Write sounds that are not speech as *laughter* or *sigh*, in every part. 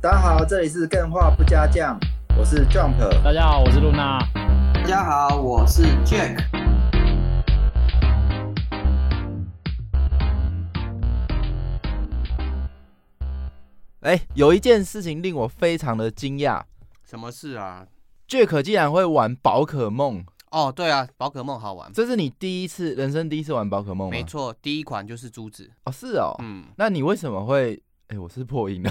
大家好，这里是更画不加酱，我是 Jump。大家好，我是露娜。大家好，我是 Jack。哎，有一件事情令我非常的惊讶什么事啊？ ，Jack 竟然会玩宝可梦，哦，对啊，宝可梦好玩，这是你第一次人生第一次玩宝可梦吗？没，错，第一款就是珠子。哦，是哦。嗯，那你为什么会？哎，我是破 *laughs* 音的。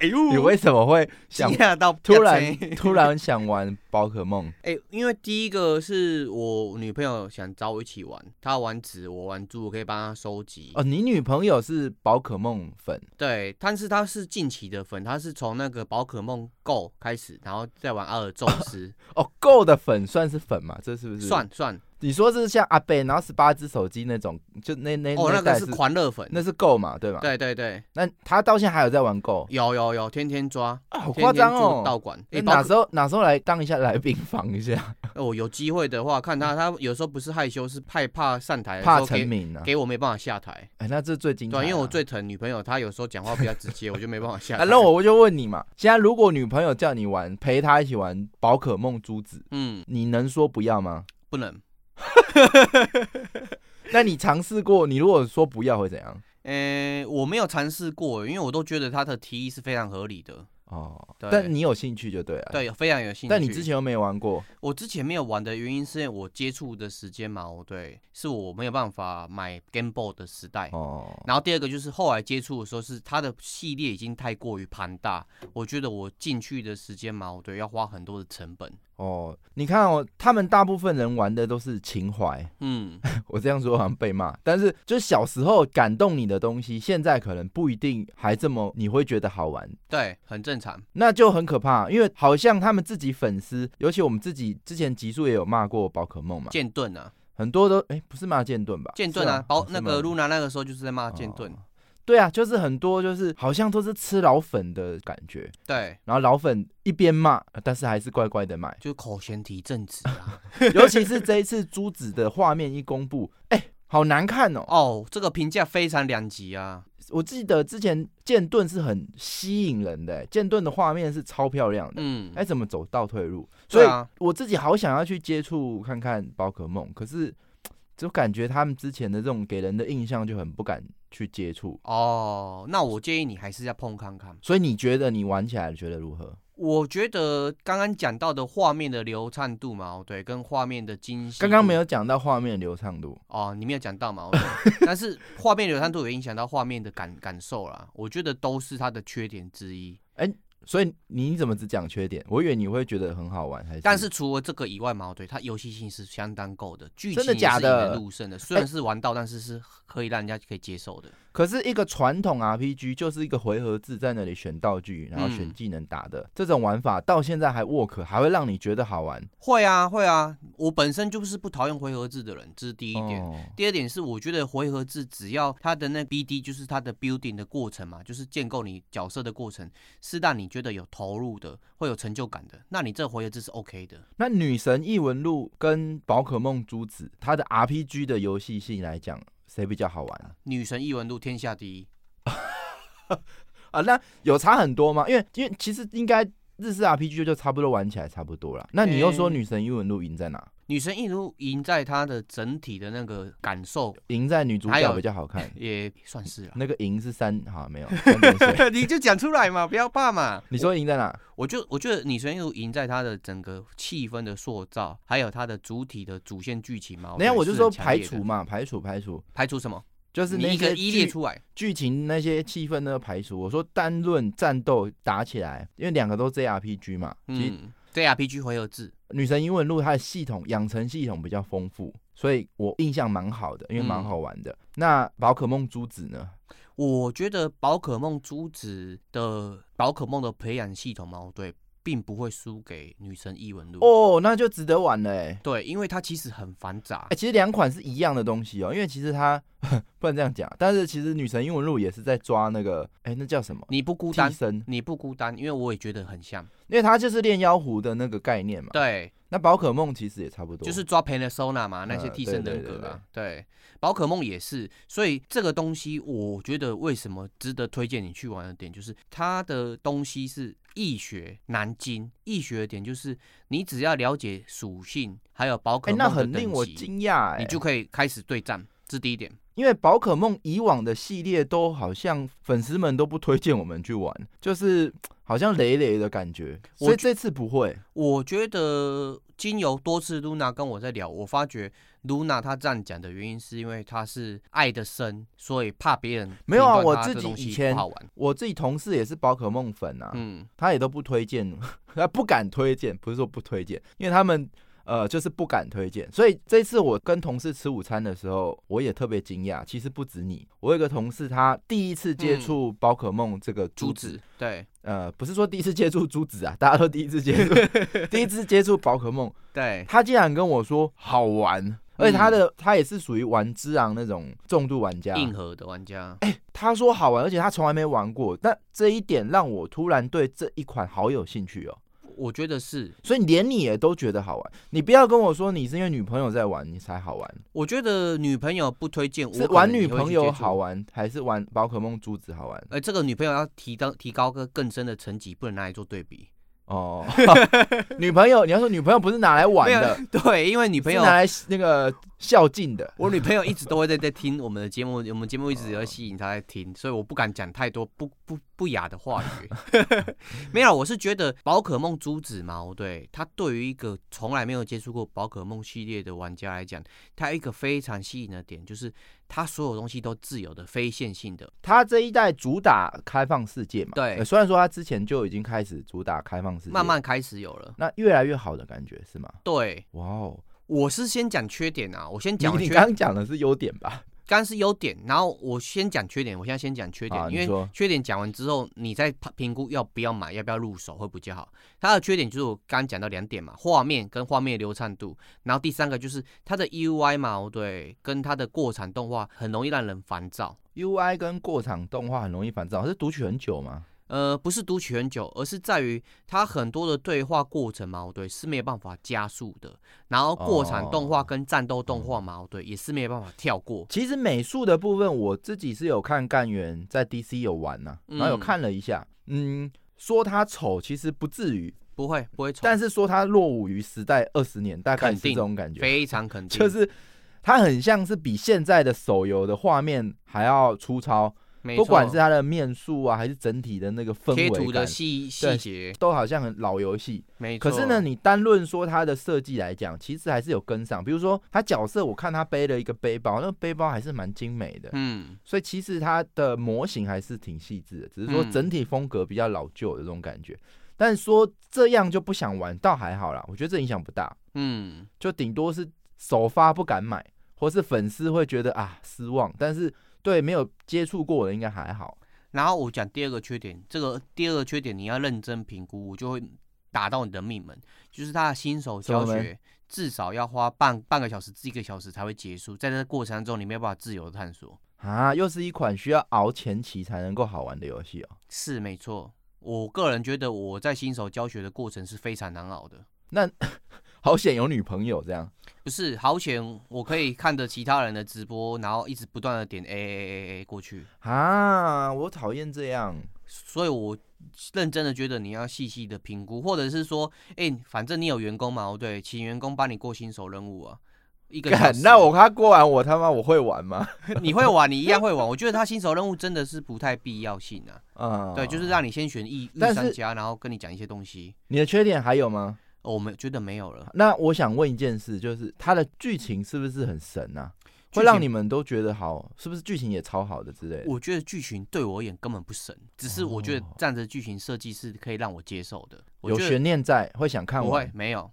哎呦你为什么会惊想 *laughs* 讶到突然哎、突然想玩宝可 *laughs* 梦？因为第一个是我女朋友想找我一起玩，她玩纸，我玩珠，我可以帮她收集。哦，你女朋友是宝可梦粉，对，但是她是近期的粉，她是从那个宝可梦 Go 开始，然后再玩阿尔宙斯，哦，Go 的粉算是粉嘛？这是 *laughs* 不是？算。算你说是像阿贝，然后十八只手机那种，就那那哦，那代个是狂热粉。那是 Go 嘛，对吧？。对对对，那他到现在还有在玩 Go，有有有，天天抓，啊，好好夸张道哦！馆，哎、哎，宝哪可时候哪时候来当一下来宾访一下？哦，有机会的话，看他，他有时候不是害羞，是害怕上台，嗯怕有时候成哎给名啊？给我没办法下台。哎，那这最精彩对啊。啊，因为我最疼女朋友，她有时候讲话比较直接，我就没办法下啊，台。那我就问你嘛，现在如果女朋友叫你玩，陪她一起玩宝可梦珠子，嗯，你能说不要吗？不能。那你尝试过，你如果说不要会怎样？呃，我没有尝试过，因为我都觉得他的提议是非常合理的，哦，对但你有兴趣就对了。，对，非常有兴趣。但你之前又没玩过，我之前没有玩的原因是因为我接触的时间嘛，我对，是我没有办法买 Game Boy 的时代。哦，然后第二个就是后来接触的时候，是它的系列已经太过于庞大，我觉得我进去的时间嘛，我对要花很多的成本。哦，你看哦，他们大部分人玩的都是情怀， *laughs* 嗯，我这样说好像被骂，但是就小时候感动你的东西，现在可能不一定还这么你会觉得好玩，对，很正常。那就很可怕，因为好像他们自己粉丝，尤其我们自己之前集数也有骂过宝可梦嘛，剑盾啊，很多都哎、不是骂剑盾吧？剑盾是哦啊，包是那吗个露娜那个时候就是在骂剑盾哦，对啊，就是很多就是好像都是吃老粉的感觉，对，。然后老粉一边骂，但是还是乖乖的买 *laughs* 就口嫌体正直啊。尤其是这一次珠子的画面一公布，哎、好难看哦！哦，这个评价非常两极 *laughs* 啊。我记得之前剑盾是很吸引人的、哎剑盾的画面是超漂亮的。嗯哎、，怎么走倒退路？所对以啊我自己好想要去接触看看宝可梦，可是就感觉他们之前的这种给人的印象就很不敢去接触。哦，那我建议你还是要碰看看。所以你觉得你玩起来觉得如何？我觉得刚刚讲到的画面的流畅度嘛，哦对，跟画面的精细，刚刚没有讲到画面流畅度，哦，你没有讲到嘛？我懂 *laughs* 但是画面流畅度有影响到画面的感感受啦，我觉得都是它的缺点之一。所以你怎么只讲缺点？我以为你会觉得很好玩，还是？但是除了这个以外嘛，对它游戏性是相当够的，剧情真的假的也是引人入胜的。哎虽然是玩到，但是是可以让人家可以接受的。可是一个传统 RPG 就是一个回合制，在那里选道具，然后选嗯技能打的、这种玩法，到现在还 work，还会让你觉得好玩。会啊，会啊，我本身就是不讨厌回合制的人，这是第一点。哦第二点是，我觉得回合制只要它的那 BD 就是它的 building 的过程嘛，就是建构你角色的过程，是让你觉得有投入的，会有成就感的，那你这回合制是 OK 的。那女神异闻录跟宝可梦珠子，它的 RPG 的游戏性来讲，谁比较好玩啊？女神异闻录天下第一，啊，那有差很多吗？因为因为其实应该日式 RPG 就差不多玩起来差不多啦。那你又说诶女神异闻录赢在哪？女神异闻录赢在它的整体的那个感受赢在女主还有。角比较好看 *laughs* 也算是 *laughs* 啦。那个赢是三，好没有三点 *laughs* 水。你就讲出来嘛，不要怕嘛。你说赢在哪？我就我觉得女神异闻录赢在它的整个气氛的塑造，还有它的主体的主线剧情嘛。等一下觉得我就是说很强排烈的除嘛，排除排除，排除什么？就是你那一个些一列剧出来。剧情那些气氛呢排除。我说单论战斗打起来，因为两个都 JRPG 嘛，其实嗯，JRPG 回合制，女神英文录它的系统养成系统比较丰富，所以我印象蛮好的，因为嗯蛮好玩的。那宝可梦珠子呢？我觉得宝可梦珠子的宝可梦的培养系统嘛，对，并不会输给女神异闻录。哦，那就值得玩了哎、对，因为它其实很繁杂哎、。其实两款是一样的东西哦，因为其实它 *laughs* 不能这样讲，但是其实《女神英文录》也是在抓那个，哎、那叫什么？你不孤替单，身，你不孤单，因为我也觉得很像。因为它就是炼妖壶的那个概念嘛。对，那宝可梦其实也差不多，就是抓 persona 嘛，那些呃替身对人对格啊。对，宝可梦也是。所以这个东西，我觉得为什么值得推荐你去玩的点，就是它的东西是易学难精。易学的点就是你只要了解属性，还有宝可哎、梦那的很等令我级惊讶哎，你就可以开始对战，这第一点。因为宝可梦以往的系列都好像粉丝们都不推荐我们去玩，就是好像累累的感觉，我所以觉这次不会。我觉得经由多次 Luna 跟我在聊，我发觉 Luna 她这样讲的原因是因为她是爱的深，所以怕别人没有啊评断她我自己这东西以前不好玩。我自己同事也是宝可梦粉啊，嗯，他也都不推荐， *laughs* 他不敢推荐，不是说不推荐，因为他们呃就是不敢推荐。所以这次我跟同事吃午餐的时候，我也特别惊讶。其实不止你，我有一个同事，他第一次嗯接触宝可梦这个珠珠子，子对呃，不是说第一次接触珠子啊，大 *laughs* 家都第一次接触， *laughs* 第一次接触宝可梦，对，他竟然跟我说好玩。而且他的、他也是属于玩之昂那种重度玩家，嗯硬核的玩家，他说好玩，而且他从来没玩过，但这一点让我突然对这一款好有兴趣哦。我觉得是，所以连你也都觉得好玩，你不要跟我说你是因为女朋友在玩你才好玩，我觉得女朋友不推荐，我是可玩能女也会去朋友接触好。玩还是玩宝可梦珠子好 *laughs* 玩？呃，这个女朋友要提到提高个更深的层级，不能拿来做 *laughs* 对比。哦，女朋友，你要说女朋友不是拿来玩没有的，对，因为女朋是友拿来那个孝敬的。我女朋友一直都会在在听我们的节目，我们节目一直有在吸引她在听，所以我不敢讲太多不 *laughs* 不不雅的话语。 *laughs* 没有，我是觉得宝可梦珠子毛对它对于一个从来没有接触过宝可梦系列的玩家来讲，它有一个非常吸引的点就是它所有东西都自由的、非线性的。他这一代主打开放世界嘛，对呃虽然说他之前就已经开始主打开放世界，慢慢开始有了。那越来越好的感觉是吗？对，哇哦，我是先讲缺点啊，我先你讲你缺刚刚讲的是优点吧？刚是优点，然后我先讲缺点，我现在先讲缺好点，啊你因说为缺点讲完之后，你再判评估要不要买，要不要入手会比较好。它的缺点就是我刚刚讲到两点嘛，画面跟画面流畅度，然后第三个就是它的 UI 嘛，哦对，跟它的过场动画很容易让人烦躁。 UI 跟过场动画很容易烦躁，是读取很久吗？呃，不是读取很久，而是在于它很多的对话过程嘛，哦对，是没有办法加速的。然后过场动画哦跟战斗动画嘛，哦对，也是没有办法跳过。其实美术的部分，我自己是有看干员在 DC 有玩呐、嗯然后有看了一下，嗯，说他丑其实不至于，不会，不会丑，但是说他落伍于时代二十年，大概肯是定这种感觉，非常肯定，就是它很像是比现在的手游的画面还要粗糙，没不管错是它的面数啊，还是整体的那个氛贴围图的感，细细对节，都好像很老游戏。没错。可是呢，，你单论说它的设计来讲，其实还是有跟上。比如说，它角色我看他背了一个背包，那个背包还是蛮精美的。嗯，所以其实它的模型还是挺细致的，只是说嗯整体风格比较老旧的这种感觉。但说这样就不想玩，倒还好啦，我觉得这影响不大，嗯，就顶多是首发不敢买，或是粉丝会觉得啊失望。但是对没有接触过的应该还好。然后我讲第二个缺点，这个第二个缺点你要认真评估，我就会打到你的命门，就是他的新手教怎么学至少要花半半个小时至一个小时才会结束，在这过程当中你没有办法自由的探索，啊，又是一款需要熬前期才能够好玩的游戏哦。是没错。我个人觉得我在新手教学的过程是非常难熬的，好险有女朋友这样，不是好险我可以看着其他人的直播，然后一直不断的点哎 A A A A A 过去，啊，我讨厌这样。所以我认真的觉得你要细细的评估，或者是说，哎、反正你有员工嘛，哦对，请员工帮你过新手任务啊。一个小干时，那我他过完我他妈我会玩吗？你会玩，你一样会玩。我觉得他新手任务真的是不太必要性啊。啊， *laughs* 对，就是让你先选一、但二、是三家，然后跟你讲一些东西。你的缺点还有吗？哦我们觉得没有了，那我想问一件事，就是它的剧情是不是很神啊？剧会让情你们都觉得好，是不是剧情也超好的之类的？我觉得剧情对我而言根本不神，只是我觉得哦这样的剧情设计是可以让我接受的。我有觉得悬念在，会想看不完会。没 *laughs* 有，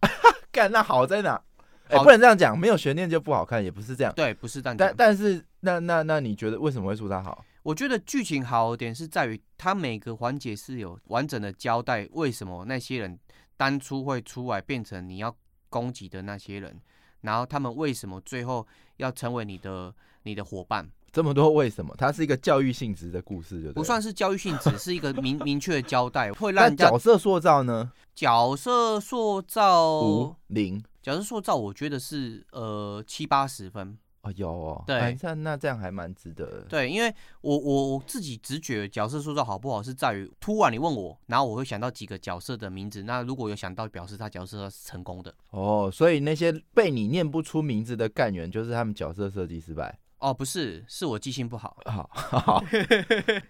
干那好在哪？哎、好不能这样讲，没有悬念就不好看，也不是这样。对，不是这样但讲。但是那那那你觉得为什么会说它好？我觉得剧情好的点是在于它每个环节是有完整的交代，为什么那些人当初会出来变成你要攻击的那些人，然后他们为什么最后要成为你的你的伙伴，这么多为什么？它是一个教育性质的故事，就不算是教育性质，是一个明 *laughs* 明确的交代，会让那人家角色塑造呢？角色塑五嗯造，零角色塑造，我觉得是呃七八十分。哦，有哦，对哎那那这样还蛮值得的。对，因为我我我自己直觉角色塑造好不好是在于，突然你问我，然后我会想到几个角色的名字，那如果有想到，表示他角色是成功的。哦，所以那些被你念不出名字的干员，就是他们角色设计失败。哦，不是，是我记性不好。好， *laughs* 好，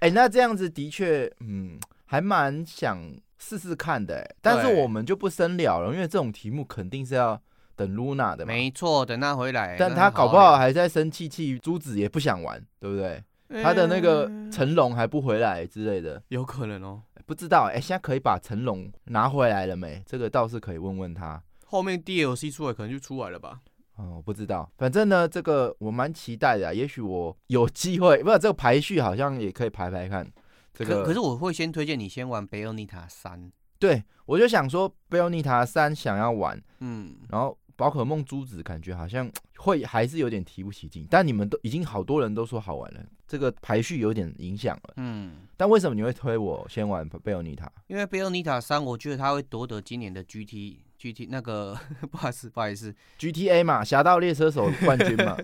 哎、那这样子的确，嗯，还蛮想试试看的，哎，但是对我们就不深聊了，因为这种题目肯定是要等 Luna 的嘛。没错，等他回来，但让他他搞不好还在生气气，珠子也不想玩，对不对？聊他的那个嗯成龙还不回来之类的， *laughs* 有可能哦。不知道哎、现在可以把成龙拿回来了没？这个倒是可以问问他。后面 DLC 出来可能就出来了吧？哦，我不知道，反正呢，这个我蛮期待的、啊，也许我有机会，不，这个排序好像也可以排排看。这个可可是我会先推荐你先玩《贝欧尼塔三》。对，我就想说，贝欧尼塔三想要玩，嗯，然后宝可梦珠子感觉好像会还是有点提不起劲，但你们都已经好多人都说好玩了，这个排序有点影响了。嗯，但为什么你会推我先玩贝欧尼塔？因为《贝欧尼塔三》，我觉得他会夺得今年的 GT GT 那个 *laughs* 不好意思不好意思， GTA 嘛，《侠盗猎车手》冠军嘛，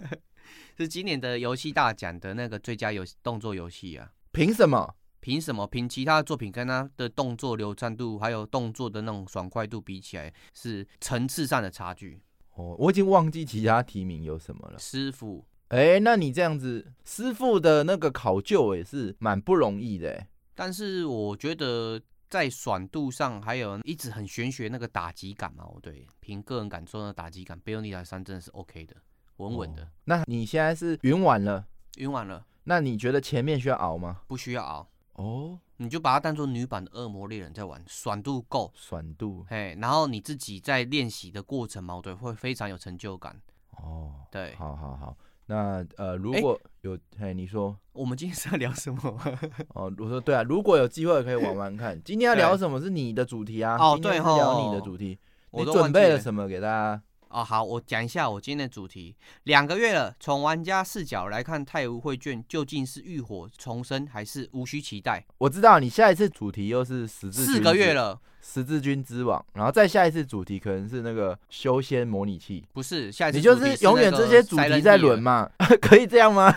是今年的游戏大奖的那个最佳游戏动作游戏啊。凭什么？凭什么？凭其他的作品跟他的动作流畅度，还有动作的那种爽快度比起来，是层次上的差距。哦，我已经忘记其他提名有什么了。师傅，哎，那你这样子，师傅的那个考究也是蛮不容易的欸诶。但是我觉得在爽度上，还有一直很玄学那个打击感嘛，我哦对凭个人感受的打击感，贝欧尼塔三真的是 OK 的，稳稳哦的，那你现在是云玩了，晕完了，那你觉得前面需要熬吗？不需要熬，哦，你就把它当做女版的恶魔猎人在玩，爽度够，爽度嘿，然后你自己在练习的过程嘛，我对会非常有成就感。哦，对，好好好，那呃，如果有，嘿，你说，我们今天是要聊什么？ *laughs* 哦，我说对啊，如果有机会可以玩玩看。今天要聊什么是你的主题啊？哦今天对是吼聊你的主题，我你都准备了么？什么给大家？哦，好，我讲一下我今天的主题。两个月了，从玩家视角来看，泰晤绘卷究竟是浴火重生，还是无需期待？我知道你下一次主题又是十字四军个之月，了，十字军之王，然后再下一次主题可能是那个修仙模拟器，不是下一次你就主题是是永远这些主题在轮嘛？嘛， *laughs* 可以这样吗？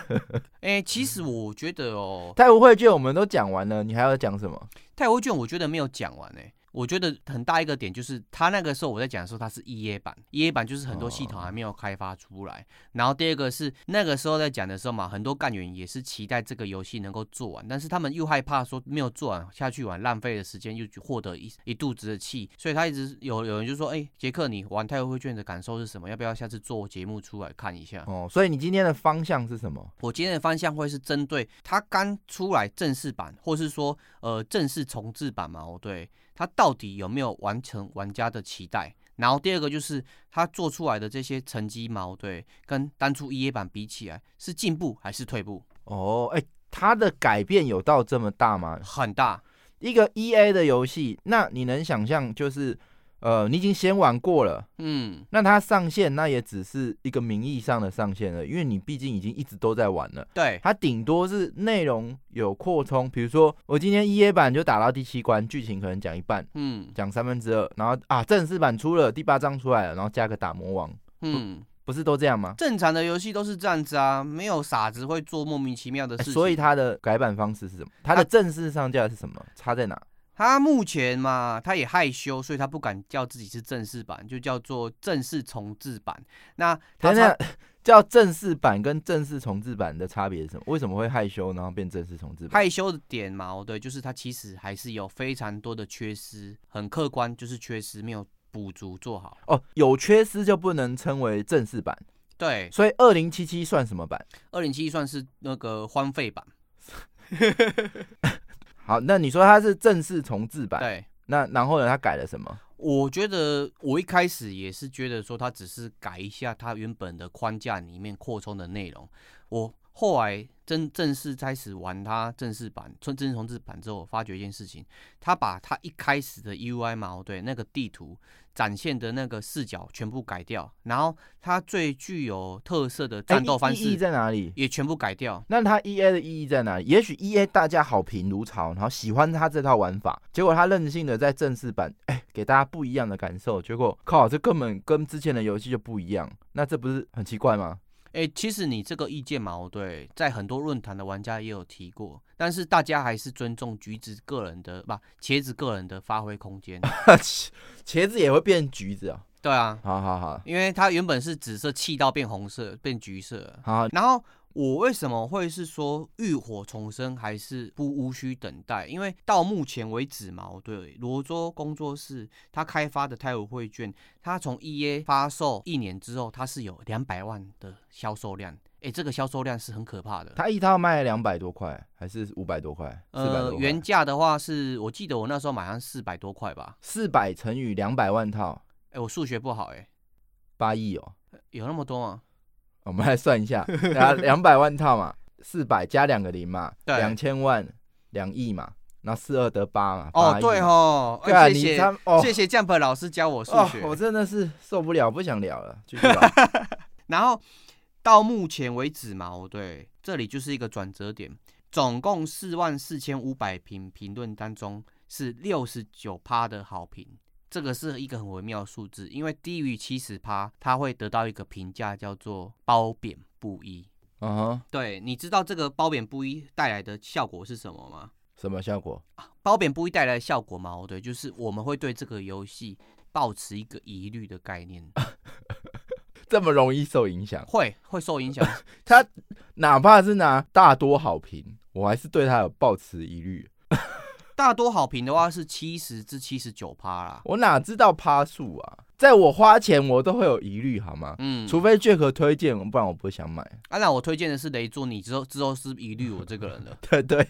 哎、其实我觉得哦，太无会卷我们都讲完了，你还要讲什么？泰晤绘卷我觉得没有讲完哎、我觉得很大一个点就是，他那个时候我在讲的时候，它是 E A 版，E A 版就是很多系统还没有开发出来。然后第二个是那个时候在讲的时候嘛，很多干员也是期待这个游戏能够做完，但是他们又害怕说没有做完下去玩浪费的时间，又去获得一一肚子的气，所以他一直有有人就说，哎、杰克，你玩泰晤会卷的感受是什么？要不要下次做节目出来看一下？哦，所以你今天的方向是什么？我今天的方向会是针对它刚出来正式版，或是说呃正式重置版嘛，哦对，它到底有没有完成玩家的期待？然后第二个就是它做出来的这些成绩嘛，哦对，跟当初 EA 版比起来是进步还是退步？哦，哎、它的改变有到这么大吗？很大，一个 E A 的游戏，那你能想象就是，呃，你已经先玩过了，嗯，那它上线那也只是一个名义上的上线了，因为你毕竟已经一直都在玩了。对，它顶多是内容有扩充，比如说我今天 E A 版就打到第七关，剧情可能讲一半，嗯讲三分之二，然后啊正式版出了第八章出来了，然后加个打魔王，嗯，不是都这样吗？正常的游戏都是这样子啊，没有傻子会做莫名其妙的哎事情。啊所以它的改版方式是什么？它的它正式上架是什么？差在哪？他目前嘛，他也害羞，所以他不敢叫自己是正式版，就叫做正式重置版。那他等等，叫正式版跟正式重置版的差别是什么？为什么会害羞，然后变正式重置版？害羞的点嘛，哦对，就是他其实还是有非常多的缺失，很客观，就是缺失没有补足做好。哦，有缺失就不能称为正式版，对，所以二零七七算什么版？二零七算是那个荒废版，好，那你说它是正式重置版，对。那然后呢？它改了什么？我觉得我一开始也是觉得说，他只是改一下他原本的框架里面扩充的内容。我后来真正式开始玩它正式版、真真重置版之后，我发觉一件事情，他把他一开始的 UI 嘛，对那个地图展现的那个视角全部改掉，然后他最具有特色的战斗方哎意义式在哪里？也全部改掉。那它 E A 的意义在哪里？也许 E A 大家好评如潮，然后喜欢它这套玩法，结果它任性的在正式版，哎、给大家不一样的感受，结果靠，这根本跟之前的游戏就不一样，那这不是很奇怪吗？哎、其实你这个意见嘛，哦对，在很多论坛的玩家也有提过，但是大家还是尊重橘子个人的，不，茄子个人的发挥空间。茄 *laughs* 茄子也会变橘子啊、对啊，好好好，因为它原本是紫色，气到变红色，变橘色了。好然后我为什么会是说浴火重生还是不无需等待？因为到目前为止嘛，我对罗州工作室它开发的泰晤会券，它从 EA 发售一年之后，它是有两百万的销售量。哎，这个销售量是很可怕的。它一套卖两百多块，还是五百多块？四百多呃，块。原价的话是我记得我那时候买上四百多块吧。四百乘以两百万套，哎，我数学不好哎、八亿哦。有那么多吗？我们来算一 *laughs* 下，然后两百万套嘛，四百加两个零嘛，对两千万，两亿嘛，然后四二得八嘛。哦， 8亿对哦，哎对啊，哎谢你谢、他哦，谢谢 Jump 老师教我数哦学。，我真的是受不了，不想聊了，继续吧。 *laughs* 然后到目前为止嘛，哦对，这里就是一个转折点。总共四万四千五百评评论当中是六十九趴的好评，这个是一个很微妙的数字，因为低于七十趴，它会得到一个评价叫做褒贬不一。嗯哼，对，你知道这个褒贬不一带来的效果是什么吗？什么效果？褒贬不一带来的效果嘛，哦对，就是我们会对这个游戏抱持一个疑虑的 *laughs* 概念，这么容易受影响？会会受影响，他哪怕是拿大多好评，我还是对他有抱持疑虑。大多好评的话是七十至七十九趴啦。我哪知道趴数啊？在我花钱，我都会有疑虑，好吗？嗯，除非 Jack 推荐，不然我不会想买。 *laughs* 啊，那我推荐的是雷座，你之后之后是一律我这个人了。 *laughs* 对对。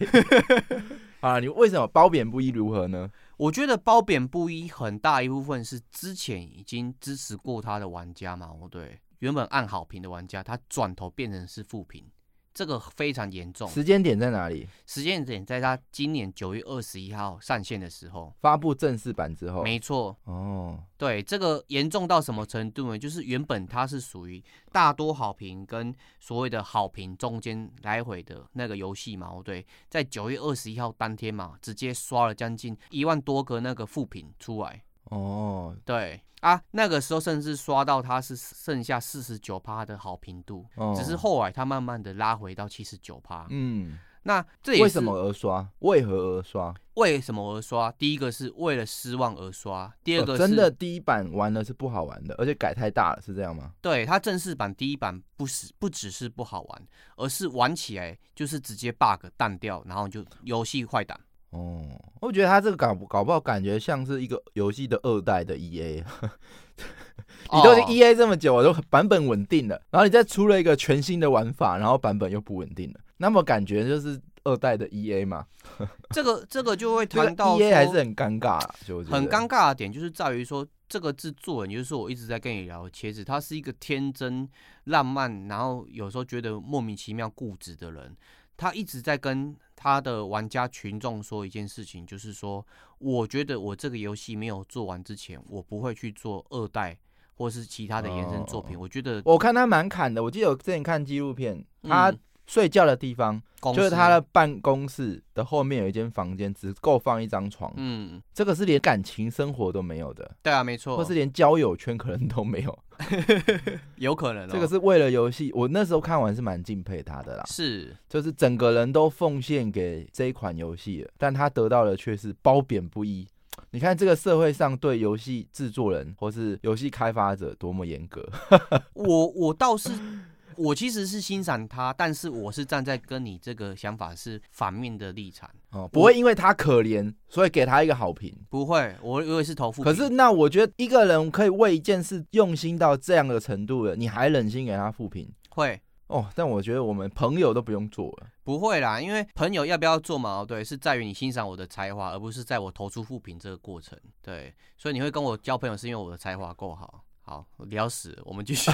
啊，你为什么褒贬不一如何呢？我觉得褒贬不一很大一部分是之前已经支持过他的玩家嘛，哦对，原本按好评的玩家，他转头变成是负评，这个非常严重。时间点在哪里？时间点在他今年九月二十一号上线的时候，发布正式版之后。没错，哦，对，这个严重到什么程度呢？就是原本它是属于大多好评跟所谓的好评中间来回的那个游戏嘛，哦对，在九月二十一号当天嘛，直接刷了将近一万多个那个负评出来，哦，对啊，那个时候甚至刷到它是剩下四十九趴的好评度，哦只是后来它慢慢的拉回到七十九趴。嗯，那这也是为什么而刷？为何而刷？为什么而刷？第一个是为了失望而刷，第二哦个是、真的第一版玩的是不好玩的，而且改太大了，是这样吗？对它正式版第一版不是不只是不好玩，而是玩起来就是直接 bug 淡掉，然后就游戏坏档。哦，我觉得他这个搞不搞不好感觉像是一个游戏的二代的 E A，你都已经哦 E A 这么久了，都版本稳定了，然后你再出了一个全新的玩法，然后版本又不稳定了，那么感觉就是二代的 E A 嘛，这个这个就会这个谈到 E A 还是说很尴尬啦，就我觉得很尴尬的点，就是在于说这个制作人，也就是我一直在跟你聊的茄子，他是一个天真浪漫，然后有时候觉得莫名其妙固执的人。他一直在跟他的玩家群众说一件事情，就是说，我觉得我这个游戏没有做完之前，我不会去做二代或是其他的衍生作品。哦我觉得我看他蛮砍的，我记得我之前看纪录片，他嗯睡觉的地方、公就是司他的办公室的后面有一间房间，只够放一张床，嗯，这个是连感情生活都没有的，对啊，没错，或是连交友圈可能都没有。哦有可能、哦，这个是为了游戏，我那时候看完是蛮敬佩他的啦，是就是整个人都奉献给这一款游戏了，但他得到的却是褒贬不一。你看这个社会上对游戏制作人或是游戏开发者多么严格， *laughs* 我我倒是，我其实是欣赏他，但是我是站在跟你这个想法是反面的立场，哦，不会因为他可怜，所以给他一个好评。不会，我我也是投负可评。是那我觉得一个人可以为一件事用心到这样的程度了，你还忍心给他负评会哦？但我觉得我们朋友都不用做了。不会啦？因为朋友要不要做嘛，对，是在于你欣赏我的才华，而不是在我投出负评这个过程。对，所以你会跟我交朋友是因为我的才华够好。好，我聊死了，我们继续。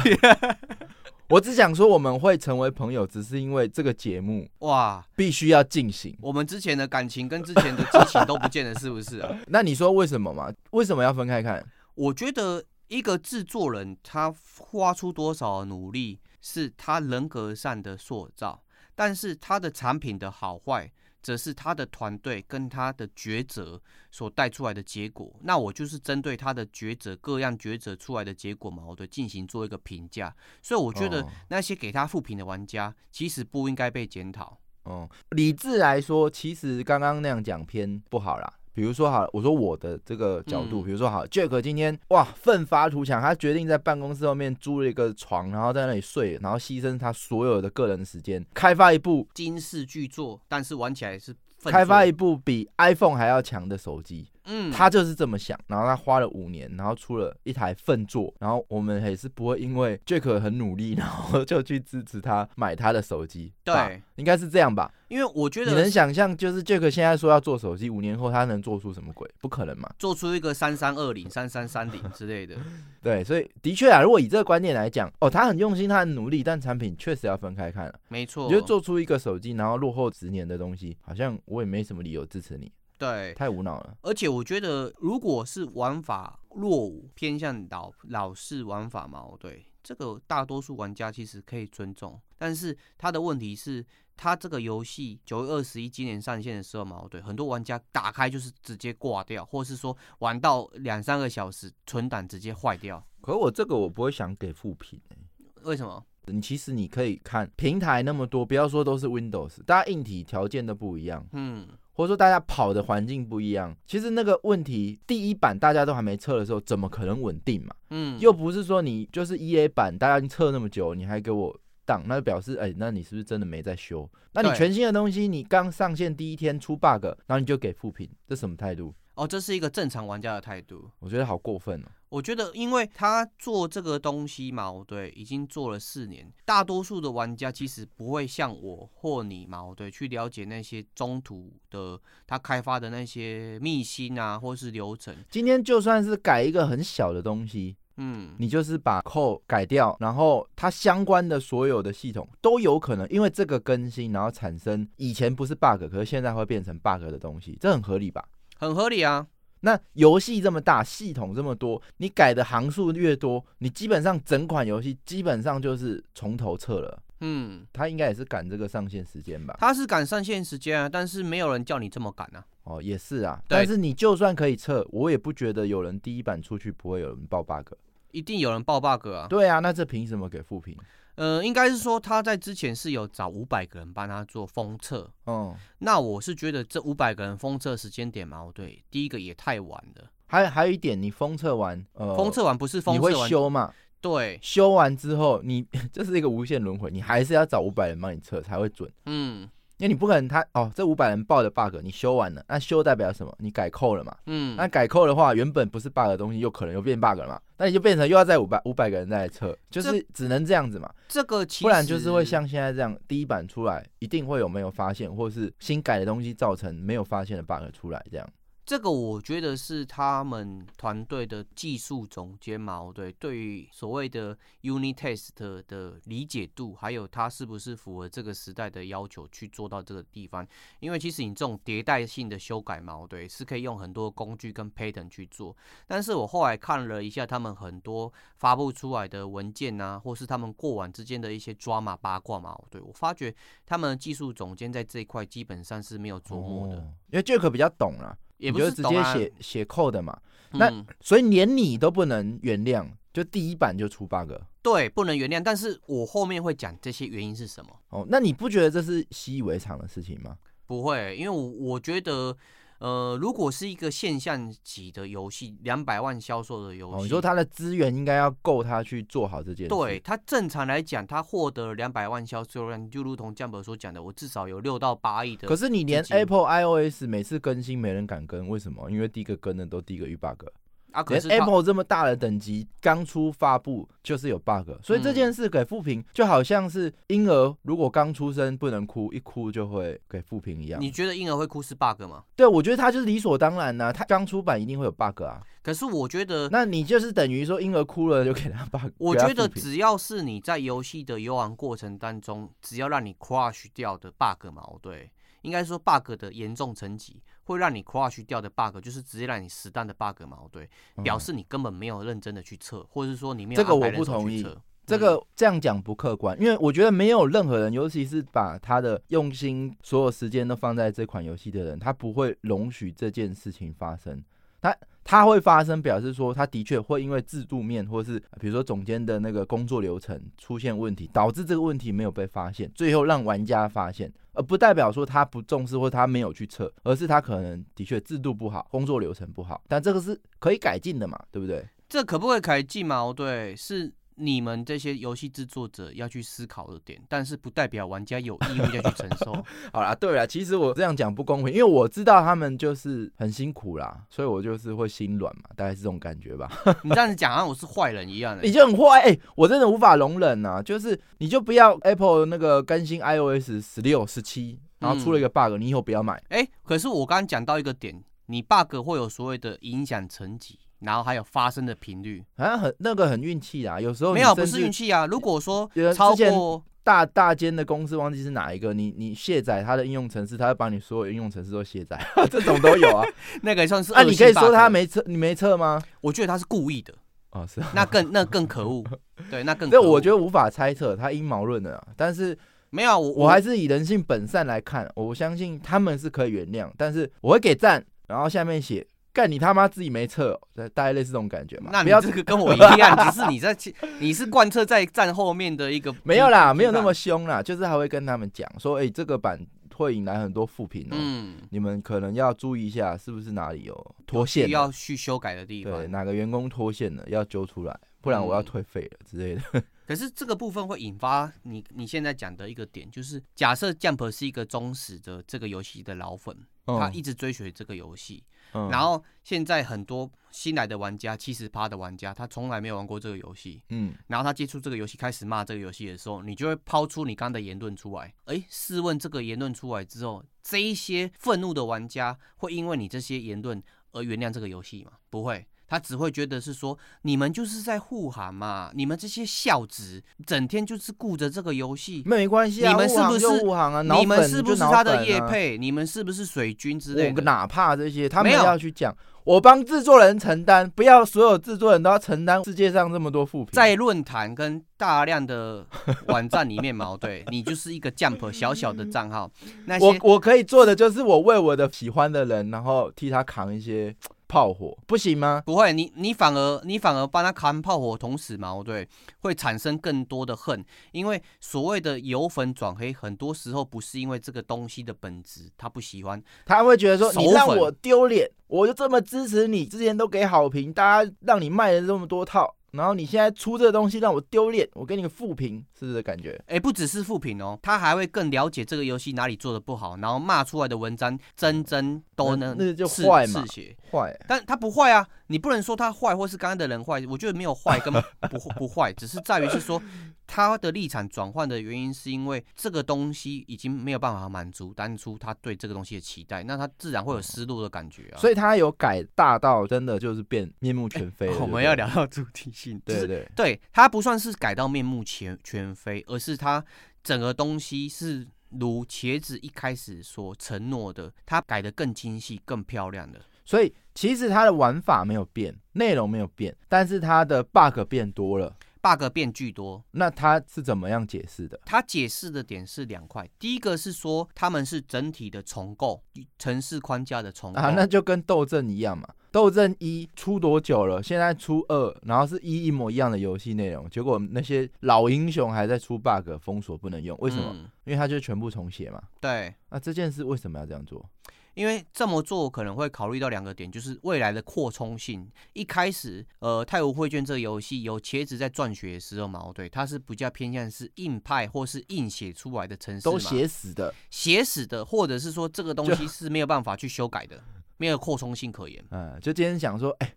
我只想说我们会成为朋友，只是因为这个节目 *laughs* 哇，必须要进行。我们之前的感情跟之前的激情都不见了，是不是啊？那你说为什么嘛？为什么要分开看？我觉得一个制作人他花出多少的努力，是他人格上的塑造，但是他的产品的好坏，则是他的团队跟他的抉择所带出来的结果。那我就是针对他的抉择，各样抉择出来的结果嘛，我对进行做一个评价。所以我觉得哦那些给他负评的玩家，其实不应该被检讨。哦，理智来说，其实刚刚那样讲偏不好啦。比如说好了，我说我的这个角度，嗯比如说好，Jack 今天哇奋发图强，他决定在办公室后面租了一个床，然后在那里睡，然后牺牲他所有的个人时间，开发一部金氏巨作，但是玩起来是粪开发作一部比 iPhone 还要强的手机，嗯，他就是这么想，然后他花了五年，然后出了一台粪作，然后我们也是不会因为 Jack 很努力，然后就去支持他买他的手机，吧，对，应该是这样吧？因为我觉你能得想象，就是 Jack 现在说要做手机，五年后他能做出什么鬼？不可能嘛？做出一个三三二零、三三三零之类的，对，所以的确啊，如果以这个观点来讲，哦，他很用心，他很努力，但产品确实要分开看了。没错，你就做出一个手机，然后落后十年的东西，好像我也没什么理由支持你，对。太无脑了。而且我觉得，如果是玩法落伍，偏向老老式玩法嘛，哦对这个大多数玩家其实可以尊重，但是他的问题是，他这个游戏九月二十一今年上线的时候嘛，哦对很多玩家打开就是直接挂掉，或是说玩到两三个小时，存档直接坏掉，可我这个我不会想给负评、欸为什么？你其实你可以看平台那么多，不要说都是 Windows，大家硬体条件都不一样，嗯，或者说大家跑的环境不一样。其实那个问题，第一版大家都还没测的时候，怎么可能稳定嘛？嗯，又不是说你就是 E A 版，大家已经测那么久，你还给我当，那就表示哎、那你是不是真的没在修？那你对全新的东西，你刚上线第一天出 bug，然后你就给负评，这什么态度？哦，这是一个正常玩家的态度。我觉得好过分哦。我觉得，因为他做这个东西嘛，对，已经做了四年，大多数的玩家其实不会像我或你嘛，对，去了解那些中途的他开发的那些秘辛啊，或是流程。今天就算是改一个很小的东西，嗯，你就是把扣改掉，然后它相关的所有的系统都有可能因为这个更新，然后产生以前不是 bug，可是现在会变成 bug 的东西，这很合理吧？很合理啊。那游戏这么大，系统这么多，你改的行数越多，你基本上整款游戏基本上就是从头测了。嗯，他应该也是赶这个上线时间吧？他是赶上线时间啊，但是没有人叫你这么赶啊。哦，也是啊。对但是你就算可以测，我也不觉得有人第一版出去不会有人爆 bug。一定有人爆 bug 啊！对啊，那这凭什么给负评？呃，应该是说他在之前是有找五百个人帮他做封测，哦、那我是觉得这五百个人封测时间点嘛，对，第一个也太晚了。还还有一点，你封测完，呃，封测完不是封你测会完，修嘛？对，修完之后，你 *laughs* 这是一个无限轮回，你还是要找五百人帮你测才会准，嗯因为你不可能他哦，这五百人报的 bug 你修完了，那修代表什么？你改扣了嘛？嗯，那改扣的话，原本不是 bug 的东西，又可能又变 bug 了嘛？那你就变成又要在五百五百个人再来测，就是只能这样子嘛，这个其实不然就是会像现在这样，第一版出来一定会有没有发现，或是新改的东西造成没有发现的 bug 出来这样。这个，我觉得是他们团队的技术总监嘛，哦对，对于所谓的 unit test 的理解度，还有它是不是符合这个时代的要求去做到这个地方。因为其实你这种迭代性的修改嘛，哦对，是可以用很多工具跟 pattern 去做。但是我后来看了一下他们很多发布出来的文件啊，或是他们过往之间的一些抓马八卦嘛，哦对我发觉他们技术总监在这一块基本上是没有琢磨的，哦因为 Jack 比较懂啦，也不你是就直懂接啊写写扣的嘛，那嗯所以连你都不能原谅，就第一版就出 bug。对不能原谅，但是我后面会讲这些原因是什么。哦，那你不觉得这是习以为常的事情吗？不会，因为我我觉得，呃，如果是一个现象级的游戏，两百万销售的游戏，哦，你说他的资源应该要够他去做好这件事。对，它正常来讲，它获得两百万销售量，就如同江本所讲的，我至少有六到八亿的。可是你连资金 Apple iOS 每次更新没人敢跟，为什么？因为第一个跟的都第一个遇 bug。啊，可连是它 Apple 这么大的等级刚出发布就是有 bug，所以嗯这件事给负评就好像是婴儿如果刚出生不能哭，一哭就会给负评一样啊你。觉得婴儿会哭是 bug 吗？对，我觉得它就是理所当然呐、它刚出版一定会有 bug 啊。可是我觉得，那你就是等于说婴儿哭了就给他 bug，我给他觉得负评只要是你在游戏的游玩过程当中，只要让你 crash 掉的 bug 矛对，应该说 bug 的严重层级会让你 crash 掉的 bug，就是直接让你实弹的 bug 矛对，表、示你根本没有认真的去测，或者是说你没有嗯这个安排我不人手同去意测嗯这个这样讲不客观，因为我觉得没有任何人，尤其是把他的用心、所有时间都放在这款游戏的人，他不会容许这件事情发生。他他会发生，表示说他的确会因为制度面或是比如说总监的那个工作流程出现问题，导致这个问题没有被发现，最后让玩家发现，而不代表说他不重视或他没有去测，而是他可能的确制度不好，工作流程不好，但这个是可以改进的嘛，对不对？这可不可以改进矛对是。你们这些游戏制作者要去思考的点，但是不代表玩家有义务要去承受。 *laughs* 好啦，对啦，其实我这样讲不公平，因为我知道他们就是很辛苦啦，所以我就是会心软嘛，大概是这种感觉吧。你这样子讲，好像我是坏人一样的、欸你就很坏，哎、我真的无法容忍啊！就是你就不要 Apple 那个更新 iOS 十六、十七，然后出嗯了一个 bug，、你以后不要买。哎、可是我刚刚讲到一个点，你 bug 会有所谓的影响层级，然后还有发生的频率。好啊像很那个很运气啦，有时候哦没你有，不甚是至运气啊。如果说有人之超前过，大大间的公司忘记是哪一个，你你卸载它的应用程式，它会把你所有应用程式都卸载， *laughs* 这种都 *laughs* 有啊。那个也算是那、恶性 bug。你可以说他，没测，你没测吗？我觉得他是故意的，哦，是啊。*laughs* 那更那更可恶。对，那更可这恶。 *laughs* 我觉得得无法猜测，他阴谋论的啊。但是没有啊，我我还是以人性本善来看，我相信他们是可以原谅，但是我会给赞，然后下面写干你他妈自己没测哦，大大概类似这种感觉嘛。那不你要这个跟我一样，只是你在你是贯彻在站后面的一个 *laughs* 没有啦，批没有那么判凶啦，就是还会跟他们讲说，哎、这个版会引来很多负评哦，嗯，你们可能要注意一下，是不是哪里有脱线了？需要去修改的地对，方。哪个员工脱线了要揪出来，不然我要嗯退费了之类的。可是这个部分会引发你你现在讲的一个点，就是假设 Jump 是一个忠实的这个游戏的老粉，他一直追随这个游戏，嗯然后现在很多新来的玩家，七十趴的玩家，他从来没有玩过这个游戏，嗯，然后他接触这个游戏，开始骂这个游戏的时候，你就会抛出你刚的言论出来。诶，试问这个言论出来之后，这一些愤怒的玩家会因为你这些言论而原谅这个游戏吗？不会。他只会觉得是说，你们就是在护航嘛，你们这些孝子，整天就是顾着这个游戏，没没关系啊，你们护是航不就是护航啊？脑你们粉是不就是脑他的粉业啊配？你们是不是水军之类我的？哪怕这些，他们没有要去讲，我帮制作人承担，不要所有制作人都要承担世界上这么多负评。在论坛跟大量的网站里面嘛，哦对你就是一个 Jump 小小的账号，那我些我可以做的就是我为我的喜欢的人，然后替他扛一些炮火，不行吗？不会，你你反而你反而帮他扛炮火，同时嘛，哦对，会产生更多的恨，因为所谓的由粉转黑，很多时候不是因为这个东西的本质他不喜欢，他会觉得说手你让粉我丢脸，我就这么支持你，之前都给好评，大家让你卖了这么多套，然后你现在出这东西让我丢脸，我给你个负评，是不是这感觉？哎，不只是负评哦，他还会更了解这个游戏哪里做的不好，然后骂出来的文章真真都那能那就刺坏嘛刺血。坏、但他不坏啊，你不能说他坏，或是刚刚的人坏，我觉得没有坏跟 *laughs* 不不坏，只是在于是说嗯他的立场转换的原因，是因为这个东西已经没有办法满足当初他对这个东西的期待，那他自然会有失落的感觉啊。所以他有改大到真的就是变面目全非了、 *laughs* 我对不们对要聊到主 *laughs* 题性，就对是对对。对他不算是改到面目全全非，而是他整个东西是如茄子一开始所承诺的，他改得更精细、更漂亮的。所以其实它的玩法没有变，内容没有变，但是它的 bug 变多了。 bug 变巨多，那它是怎么样解释的？他解释的点是两块，第一个是说他们是整体的重构，城市框架的重构。啊，那就跟斗阵一样嘛。斗阵一出多久了？现在出二，然后是一一模一样的游戏内容，结果那些老英雄还在出 bug，封锁不能用，为什么？嗯因为它就全部重写嘛。对，那、这件事为什么要这样做？因为这么做可能会考虑到两个点，就是未来的扩充性。一开始，呃，《太湖绘卷》这个游戏有茄子在撰写的时候嘛，哦对，它是比较偏向是硬派或是硬写出来的城市嘛都写死的，写死的，或者是说这个东西是没有办法去修改的，没有扩充性可言。啊嗯，就今天想说，哎、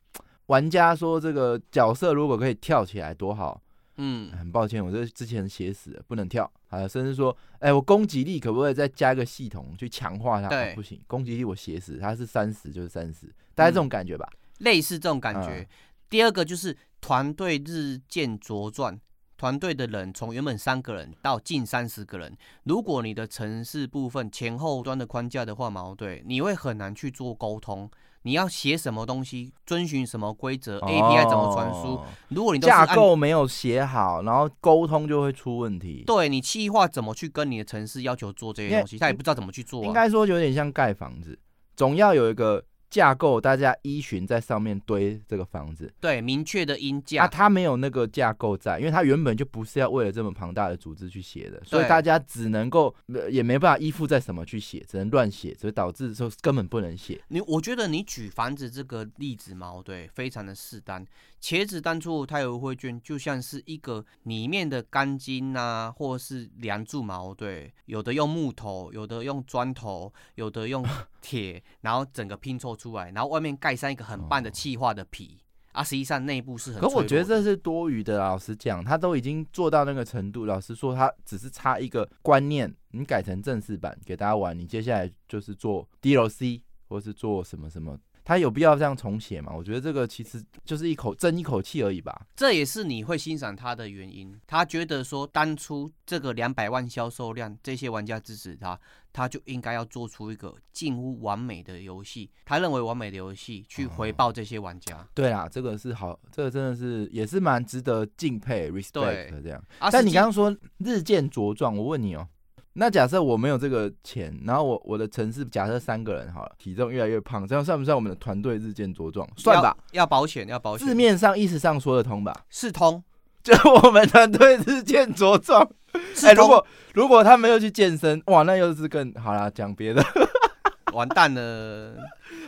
玩家说这个角色如果可以跳起来多好。 *laughs* 嗯，很抱歉，我这之前写死了，不能跳啊，甚至说，哎、我攻击力可不可以再加一个系统去强化它？对哦不行，攻击力我写死，它是三十就是三十，大概这嗯种感觉吧。类似这种嗯感觉。第二个就是团队日渐茁壮，团队的人从原本三个人到近三十个人。如果你的城市部分前后端的框架的话，矛盾，你会很难去做沟通。你要写什么东西，遵循什么规则、a 呃 p i 怎么传输？哦如果你都是架按构没有写好，然后沟通就会出问题。对你企划怎么去跟你的城市要求做这些东西，他也不知道怎么去做、啊。应该说有点像盖房子，总要有一个架构，大家依循在上面堆这个房子。对明确的音啊，价，它没有那个架构在，因为它原本就不是要为了这么庞大的组织去写的，所以对大家只能够、呃也没办法依附在什么去写，只能乱写，所以导致说根本不能写。你我觉得你举房子这个例子嘛，哦对，非常的适当。茄子当初它有会卷，就像是一个里面的钢筋啊，或是梁柱嘛，哦对，有的用木头，有的用砖头，有 *laughs* 的用铁，然后整个拼凑出来，然后外面盖上一个很棒的气化的皮，啊，实际上内部是很脆哦可弱的。我觉得这是多余的啦，老实讲，他都已经做到那个程度，老实说，他只是差一个观念，你改成正式版给大家玩，你接下来就是做 DLC 或是做什么什么。他有必要这样重写吗？我觉得这个其实就是一口争一口气而已吧。这也是你会欣赏他的原因。他觉得说，当初这个两百万销售量，这些玩家支持他，他就应该要做出一个近乎完美的游戏。他认为完美的游戏去回报这些玩家。对啦，这个是好，这个真的是也是蛮值得敬佩 respect 的这样。啊，但实你际刚刚说日渐茁壮，我问你哦，那假设我没有这个钱，然后我我的城市假设三个人好了，体重越来越胖，这样算不算我们的团队日渐茁壮？算吧，要，要保险，要保险，字面上意识上说得通吧？ *laughs* 是通就我们团队日渐茁壮。是哎、通，如果如果他们又去健身，哇，那又是更好啦。讲别的，完蛋了，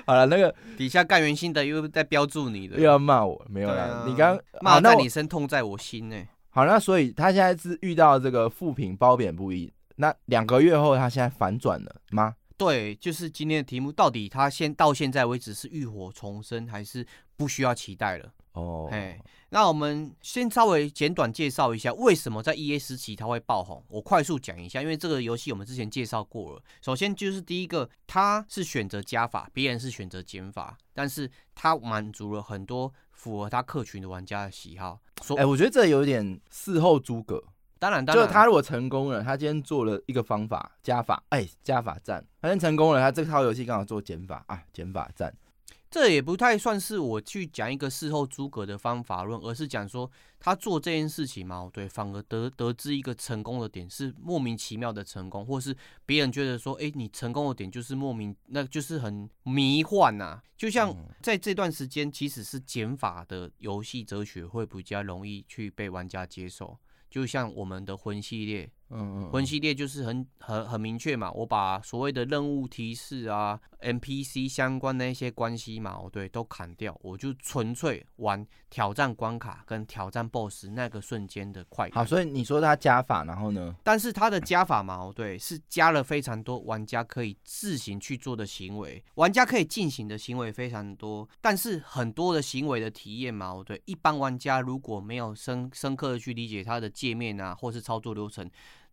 好了，那个底下干员新的又在标注你的又，要骂我，没有对啦。啊你刚骂好那在我你身，痛在我心呢、好，那所以他现在是遇到这个负评褒贬不一，那两个月后他现在反转了吗？对，就是今天的题目，到底他现到现在为止是浴火重生，还是不需要期待了？哦哎，那我们先稍微简短介绍一下，为什么在 E A 时期它会爆红。我快速讲一下，因为这个游戏我们之前介绍过了。首先就是第一个，它是选择加法，别人是选择减法，但是它满足了很多符合它客群的玩家的喜好。说，哎，我觉得这有点事后诸葛，当然，当就是然，他如果成功了，他今天做了一个方法加法，哎，加法战，他今天成功了，他这套游戏刚好做减法啊，减法战，这也不太算是我去讲一个事后诸葛的方法论，而是讲说他做这件事情嘛，哦对，反而得得知一个成功的点是莫名其妙的成功，或是别人觉得说，哎，你成功的点就是莫名，那就是很迷幻呐、就像嗯在这段时间，其实是减法的游戏哲学会比较容易去被玩家接受，就像我们的魂系列，嗯嗯，魂系列就是很很很明确嘛，我把所谓的任务提示啊、NPC 相关的一些关系嘛，哦对，都砍掉，我就纯粹玩挑战关卡跟挑战 BOSS 那个瞬间的快好，感。所以你说他加法，然后呢？但是它的加法嘛，哦对，是加了非常多玩家可以自行去做的行为，玩家可以进行的行为非常多，但是很多的行为的体验嘛，哦对，一般玩家如果没有深深刻的去理解它的界面啊，或是操作流程。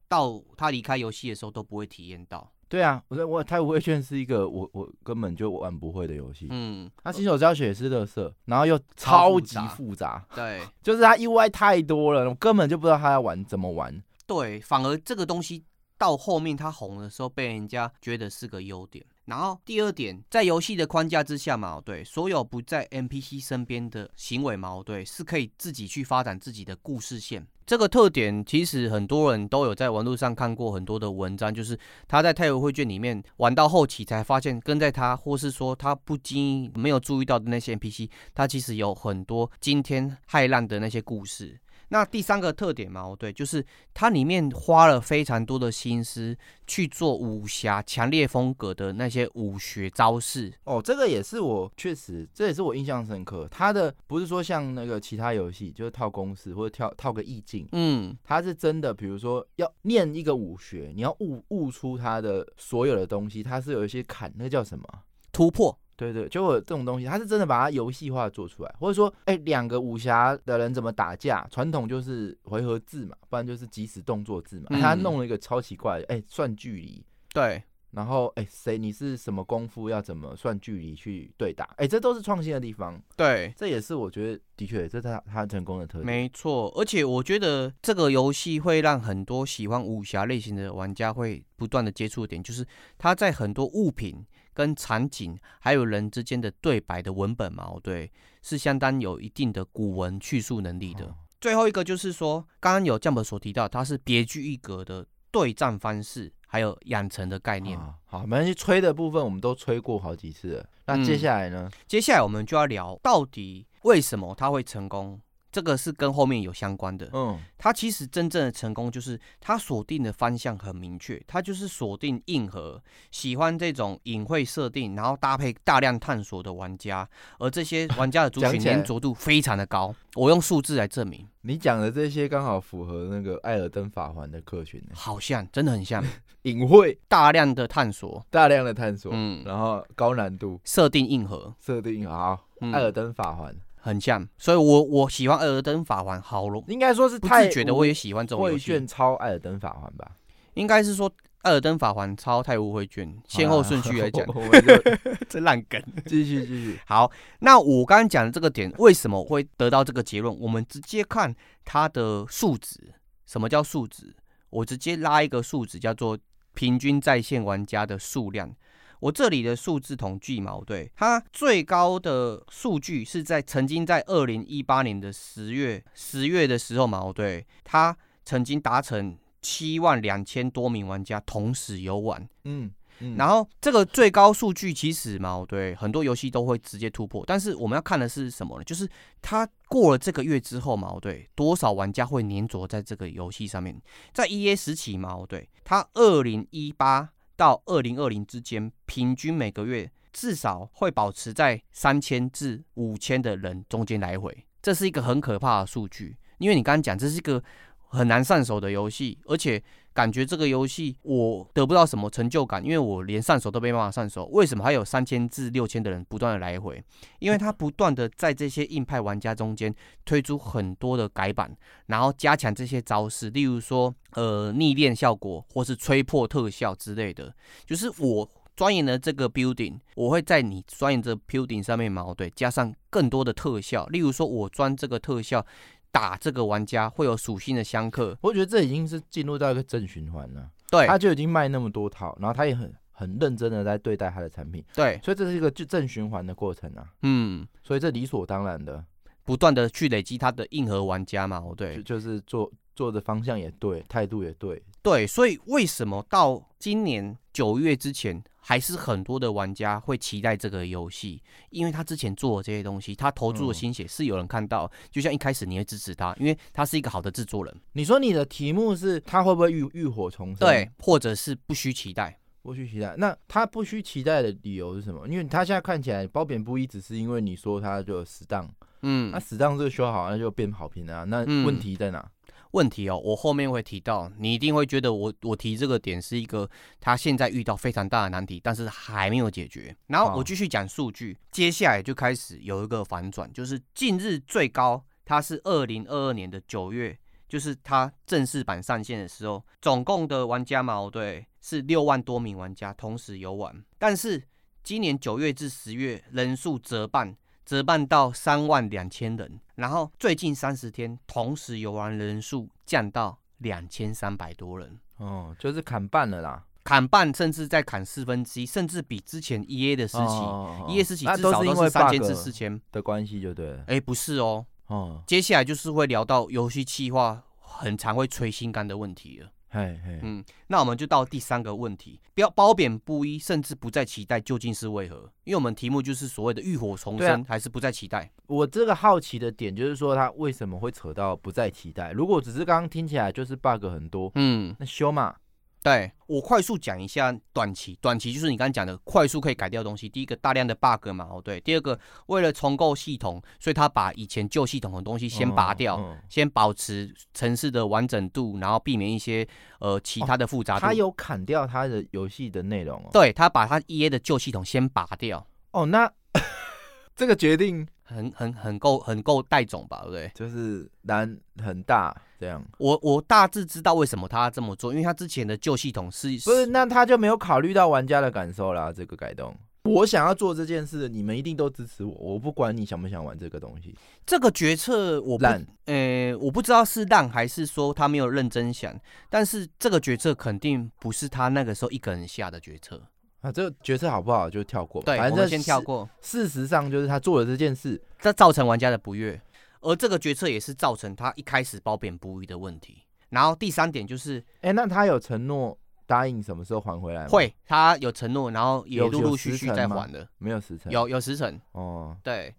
到他离开游戏的时候都不会体验到，对啊，我说我太无畏券是一个我我根本就玩不会的游戏，嗯，他新手教学也是乐色，然后又超超复级杂复杂，对就是他 UI 太多了，我根本就不知道他在玩怎么玩。对，反而这个东西到后面它红的时候，被人家觉得是个优点。然后第二点，在游戏的框架之下嘛，哦对，所有不在 NPC 身边的行为嘛，哦对，是可以自己去发展自己的故事线。这个特点其实很多人都有在网络上看过很多的文章，就是他在太游绘卷里面玩到后期才发现，跟在他或是说他不经意没有注意到的那些 NPC，他其实有很多惊天骇浪的那些故事。那第三个特点嘛，哦对，就是它里面花了非常多的心思去做武侠强烈风格的那些武学招式。哦，这个也是我确实，这也是我印象深刻。它的不是说像那个其他游戏，就是套公式或者跳套个意境，嗯，它是真的，比如说要念一个武学，你要悟悟出它的所有的东西，它是有一些坎，那叫什么？啊突破对对，就有这种东西，他是真的把它游戏化做出来，或者说，哎，两个武侠的人怎么打架？传统就是回合制嘛，不然就是即时动作制嘛。嗯他弄了一个超奇怪的，哎，算距离，对，然后哎，谁你是什么功夫，要怎么算距离去对打？哎，这都是创新的地方，对，这也是我觉得的确，这是他他成功的特点。没错，而且我觉得这个游戏会让很多喜欢武侠类型的玩家会不断的接触的点，就是它在很多物品、跟场景还有人之间的对白的文本嘛，哦对，是相当有一定的古文叙述能力的。哦最后一个就是说，刚刚有 Jump 所提到，它是别具一格的对战方式，还有养成的概念。啊，好，没关系，吹的部分我们都吹过好几次了。那嗯接下来呢？接下来我们就要聊到底为什么它会成功，这个是跟后面有相关的。嗯，他其实真正的成功就是他锁定的方向很明确，他就是锁定硬核，喜欢这种隐晦设定，然后搭配大量探索的玩家，而这些玩家的族讲群起来粘着度非常的高。我用数字来证明，你讲的这些刚好符合那个《艾尔登法环》的客群呢，好像真的很像隐晦、大量的探 *laughs* 索，大量的探索，嗯，然后高难度设定硬核，设定好，嗯《艾尔登法环》很像，所以我我喜欢《艾尔登法环》，好容应该说是不太自觉的我也喜欢这种游会戏卷，超《艾尔登法环》吧？，应该是说。《艾尔登法环》超太无会卷，先后顺序来讲 *laughs* 我们就这烂梗。继续继续。好，那我刚刚讲的这个点，为什么会得到这个结论？我们直接看它的数值，什么叫数值？我直接拉一个数值，叫做平均在线玩家的数量。我这里的数字统计嘛，对，它最高的数据是在曾经在二零一八年的十月十月的时候嘛，对，它曾经达成七万两千多名玩家同时游玩，嗯嗯，然后这个最高数据其实嘛，对很多游戏都会直接突破，但是我们要看的是什么呢？就是它过了这个月之后嘛，对多少玩家会粘着在这个游戏上面？在 E A 时期嘛，对它二零一八到二零二零之间，平均每个月至少会保持在三千至五千的人中间来回，这是一个很可怕的数据，因为你刚刚讲这是一个很难上手的游戏，而且感觉这个游戏我得不到什么成就感，因为我连上手都没办法上手。为什么还有三千至六千的人不断的来回？因为他不断的在这些硬派玩家中间推出很多的改版，然后加强这些招式，例如说呃逆练效果或是吹破特效之类的。就是我钻研了这个 building，我会在你钻研这个 building 上面嘛，对，加上更多的特效，例如说我钻这个特效。打这个玩家会有属性的相克，我觉得这已经是进入到一个正循环了。对他就已经卖那么多套，然后他也很很认真的在对待他的产品，对，所以这是一个就正循环的过程啊。嗯，所以这理所当然的，不断的去累积他的硬核玩家嘛，哦就对就是做做的方向也对，态度也对，对，所以为什么到今年九月之前，还是很多的玩家会期待这个游戏？因为他之前做的这些东西，他投注嗯的心血是有人看到，就像一开始你会支持他，因为他是一个好的制作人，你说你的题目是他会不会浴浴火重生？对，，或者是不虚期待，不需期待。那他不需期待的理由是什么？因为他现在看起来褒贬不一，只是因为你说他就有死当，嗯那，死当这个修好，那就变好评了啊。那嗯问题在哪？问题哦，我后面会提到，你一定会觉得我我提这个点是一个他现在遇到非常大的难题，但是还没有解决。然后好我继续讲数据，接下来就开始有一个反转，就是近日最高，它是二零二二年的九月，就是它正式版上线的时候，总共的玩家嘛，哦对，是六万多名玩家同时游玩，但是今年九月至十月人数折半，折半到三万两千人，然后最近三十天同时游玩人数降到两千三百多人，哦，就是砍半了啦。砍半甚至在砍四分之一，甚至比之前 E A 的时期哦，E A 时期那至都少是因都为是三千至 bug 四千。的关系就对了。哎，不是哦，哦，接下来就是会聊到游戏企划很常会吹心肝的问题了。嘿嘿，嗯，那我们就到第三个问题，不要褒贬不一，甚至不再期待究竟是为何？因为我们题目就是所谓的浴火重对啊生，还是不再期待？我这个好奇的点就是说，他为什么会扯到不再期待？如果只是刚刚听起来就是 bug 很多，嗯，那修嘛，对我快速讲一下短期，短期就是你刚刚讲的快速可以改掉的东西。第一个大量的 bug 嘛，哦对。第二个为了重构系统，所以他把以前旧系统的东西先拔掉，嗯嗯先保持城市的完整度，然后避免一些呃其他的复杂度。他有砍掉他的游戏的内容哦。对他把他 E A 的旧系统先拔掉，哦，那 *laughs* 这个决定很很很够很够带种吧，对不对？就是难很大，这样我我大致知道为什么他这么做，因为他之前的旧系统是不是？那他就没有考虑到玩家的感受啦。这个改动，我想要做这件事，你们一定都支持我，我不管你想不想玩这个东西。这个决策我不烂，呃，我不知道是烂还是说他没有认真想，但是这个决策肯定不是他那个时候一个人下的决策。啊，这个决策好不好就跳过，对，反我正们先跳。过，事实上就是他做了这件事，这造成玩家的不悦，而这个决策也是造成他一开始褒贬不一的问题。然后第三点就是哎、那他有承诺答应什么时候还回来吗？，会，他有承诺，然后也嗯有陆有陆时续续辰在吗还的，没有时辰。有有时辰，哦，对。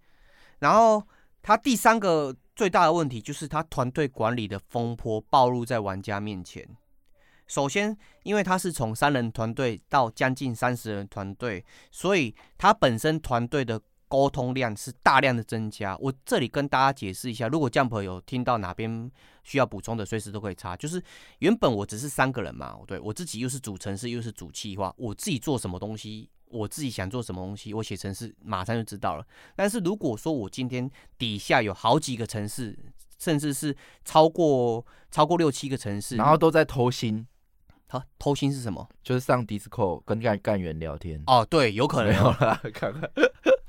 然后他第三个最大的问题就是他团队管理的风波暴露在玩家面前。首先，因为他是从三人团队到将近三十人团队，所以他本身团队的沟通量是大量的增加。我这里跟大家解释一下，如果 Jump 有听到哪边需要补充的，随时都可以插。就是原本我只是三个人嘛，对我自己又是主程式，又是主企划，我自己做什么东西，我自己想做什么东西，我写程式马上就知道了。但是如果说我今天底下有好几个城市，甚至是超过超过六七个城市，然后都在偷心，他偷心是什么？就是上 Disco 跟干干员聊天。哦，对，有可没能有哦，啦，看看，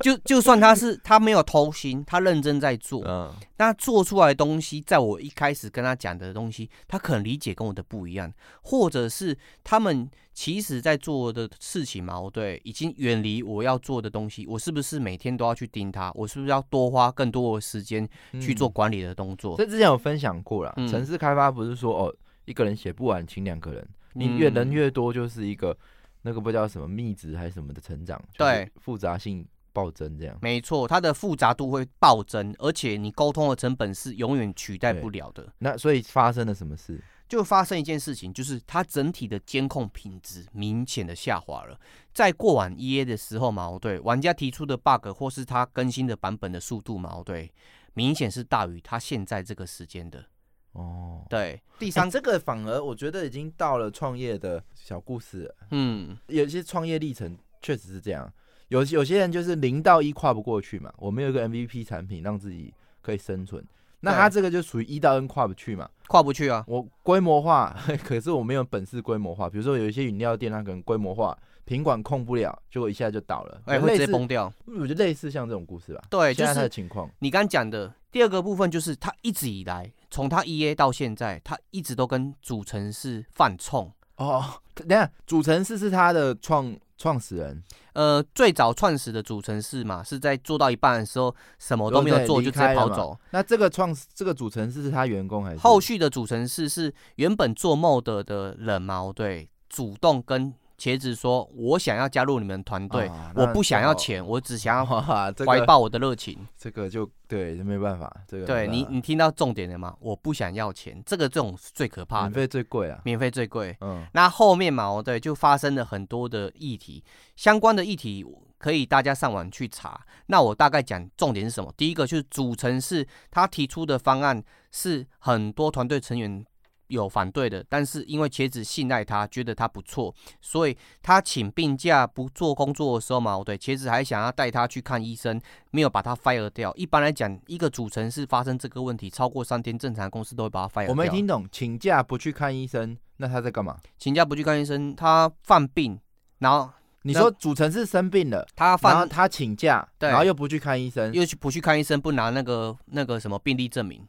就就算他是他没有偷心，他认真在做，嗯，那做出来的东西，在我一开始跟他讲的东西，他可能理解跟我的不一样，或者是他们其实在做的事情嘛，对，已经远离我要做的东西，我是不是每天都要去盯他？我是不是要多花更多的时间去做嗯管理的动作？这之前有分享过啦，嗯城市开发不是说哦，一个人写不完，请两个人，你越人嗯越多，就是一个那个不知道什么密值还是什么的成长，就是对复杂性暴增这样。没错，它的复杂度会暴增，而且你沟通的成本是永远取代不了的。那所以发生了什么事？就发生一件事情，就是它整体的监控品质明显的下滑了。在过往 EA 的时候嘛，哦对玩家提出的 bug 或是它更新的版本的速度嘛，哦对，明显是大于它现在这个时间的。哦，对，第第三，这个反而我觉得已经到了创业的小故事了，嗯，有些创业历程确实是这样，有有些人就是零到一跨不过去嘛，我们有一个 MVP 产品让自己可以生存，那对他这个就属于一到 N 跨不去嘛。跨不去啊。我规模化， *laughs* 可是我没有本事规模化。比如说有一些饮料店，它可能规模化，品管控不了，结果一下就倒了。哎、会类直接似崩掉。我觉得类似像这种故事吧。对，就现在它的是情况，你刚讲的第二个部分就是他一直以来，从他 EA 到现在，他一直都跟主城市犯冲。哦， *laughs* 等一下主城市是他的创创始人，呃，最早创始的主城市嘛，是在做到一半的时候什么都没有做，对离就直开接了跑嘛走。那这个创这个主城市是他员工还是后？续的主城市是原本做 mod 的人嘛，对，主动跟茄子说，我想要加入你们团队，啊我不想要，钱，我只想那要正好 *laughs* 哇，这怀个抱我的热情。这个就对，没办法，这个啊对没你办，法你听到重点了吗？我不想要钱，这个这种是最可怕免的，费最贵啊，免费最贵。嗯，那后面嘛，对，就发生了很多的议题，相关的议题可以大家上网去查。那我大概讲重点是什么？第一个就是主城市他提出的方案是很多团队成员有反对的，但是因为茄子信赖他，觉得他不错，所以他请病假不做工作的时候嘛，对，茄子还想要带他去看医生，没有把他 fire 掉。一般来讲，一个主城市发生这个问题超过三天，正常公司都会把他 fire 掉。我没听懂，请假不去看医生，那他在干嘛？请假不去看医生，他犯病，然后你那说主城市生病了。他然后犯他请假，对然后又不去看医生。又去不去看医生，不拿那个那个什么病历证明。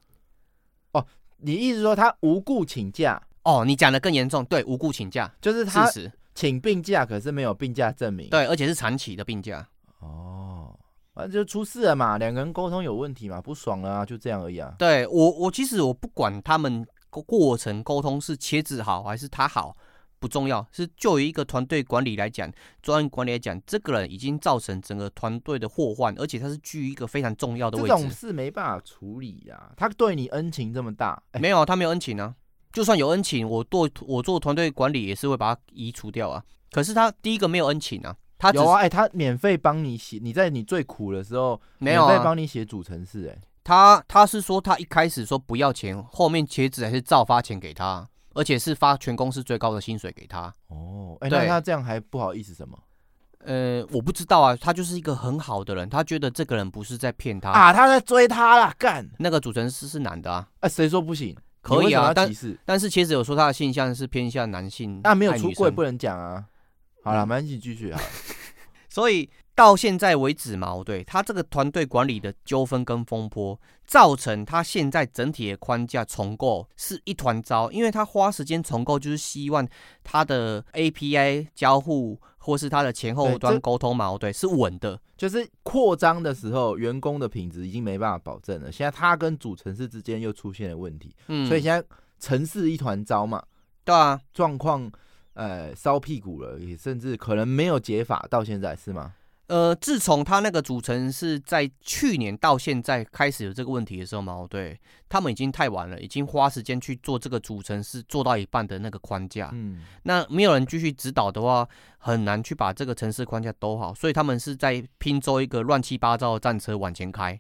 你意思说他无故请假，哦，你讲的更严重，对，无故请假，就是事他实，请病假，可是没有病假证明。，对，而且是长期的病假。哦，啊就出事了嘛，两个人沟通有问题嘛，不爽了啊，就这样而已啊。对我，我其实我不管他们过过程沟通是茄子好还是他好，不重要，是就于一个团队管理来讲，专案管理来讲，这个人已经造成整个团队的祸患，而且他是居于一个非常重要的这位种置。事没办法处理啊，他对你恩情这么大，哎、没有，他没有恩情啊。就算有恩情，我做我做团队管理也是会把他移除掉啊。可是他第一个没有恩情啊，他只有是啊，哎、他免费帮你写，你在你最苦的时候，没有免啊费。帮你写主程式、哎，他他是说他一开始说不要钱，后面茄子还是照发钱给他，而且是发全公司最高的薪水给他。哦，哎、对那他这样还不好意思什么？呃，我不知道啊，他就是一个很好的人，他觉得这个人不是在骗他。啊，他在追他啦，干！那个主持人是是男的啊，啊，谁说不行？可以啊你为什么要但歧视但是其实有说他的性向是偏向男性，那没有爱出女柜生嗯不能讲啊。好了，蛮你继续啊。所以到现在为止嘛，哦对他这个团队管理的纠纷跟风波，造成他现在整体的框架重构是一团糟，因为他花时间重构，就是希望他的 API 交互或是他的前后对这端沟通嘛，哦对，是稳的，就是扩张的时候，员工的品质已经没办法保证了。现在他跟主城市之间又出现了问题，嗯，所以现在城市一团糟嘛，对啊，状况呃烧屁股了，也甚至可能没有解法，到现在是吗？呃，自从他那个组成是在去年到现在开始有这个问题的时候嘛，哦对他们已经太晚了，已经花时间去做这个组成是做到一半的那个框架，嗯，那没有人继续指导的话，很难去把这个城市框架兜好，所以他们是在拼凑一个乱七八糟的战车往前开。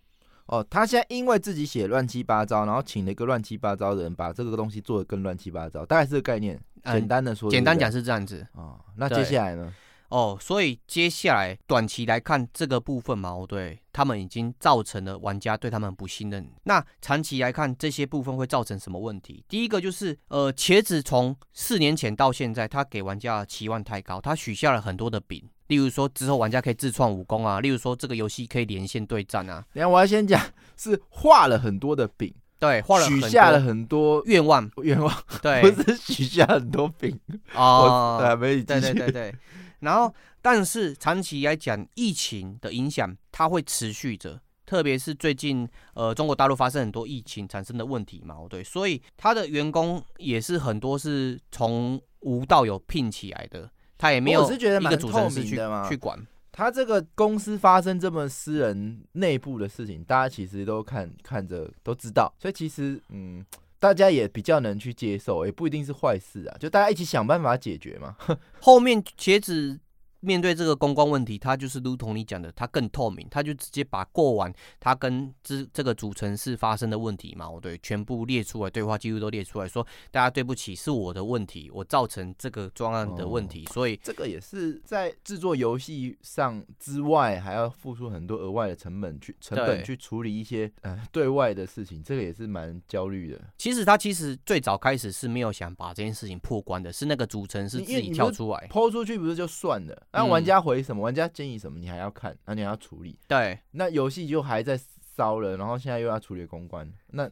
哦，他现在因为自己写乱七八糟，然后请了一个乱七八糟的人把这个东西做得更乱七八糟，大概是这个概念。简嗯，单的说，简单讲是是这样子哦，那对接下来呢？哦，所以接下来短期来看这个部分嘛，哦对他们已经造成了玩家对他们不信任。那长期来看，这些部分会造成什么问题？第一个就是，呃，茄子从四年前到现在，他给玩家的期望太高，他许下了很多的饼，例如说之后玩家可以自创武功啊，例如说这个游戏可以连线对战啊，等一下我要先讲，是画了很多的饼，对， *laughs* 画了许很下多了很多 *laughs* 愿望，愿望，对，不是许下很多饼。哦，对，啊没你继对对续。对对。然后，但是长期来讲，疫情的影响它会持续着，特别是最近呃中国大陆发生很多疫情产生的问题嘛，对，所以他的员工也是很多是从无到有聘起来的，他也没有我是觉得一个蛮主透程式明去的嘛去管，他这个公司发生这么私人内部的事情，大家其实都看看着都知道，所以其实嗯，大家也比较能去接受，也不一定是坏事啊，就大家一起想办法解决嘛。 *laughs* 后面茄子面对这个公关问题，他就是如同你讲的，他更透明，他就直接把过往他跟这这个主城市发生的问题嘛，我对全部列出来，对话记录都列出来说，大家对不起，是我的问题，我造成这个专案的问题，所以这个也是在制作游戏上之外，还要付出很多额外的成本去成本对去处理一些呃对外的事情，这个也是蛮焦虑的。其实他其实最早开始是没有想把这件事情破关的，是那个主城市你自因为己你跳不是出来，抛出去不是就算了，那嗯玩家回什么，玩家建议什么，你还要看，那你还要处理。对。那游戏就还在烧了，然后现在又要处理公关，那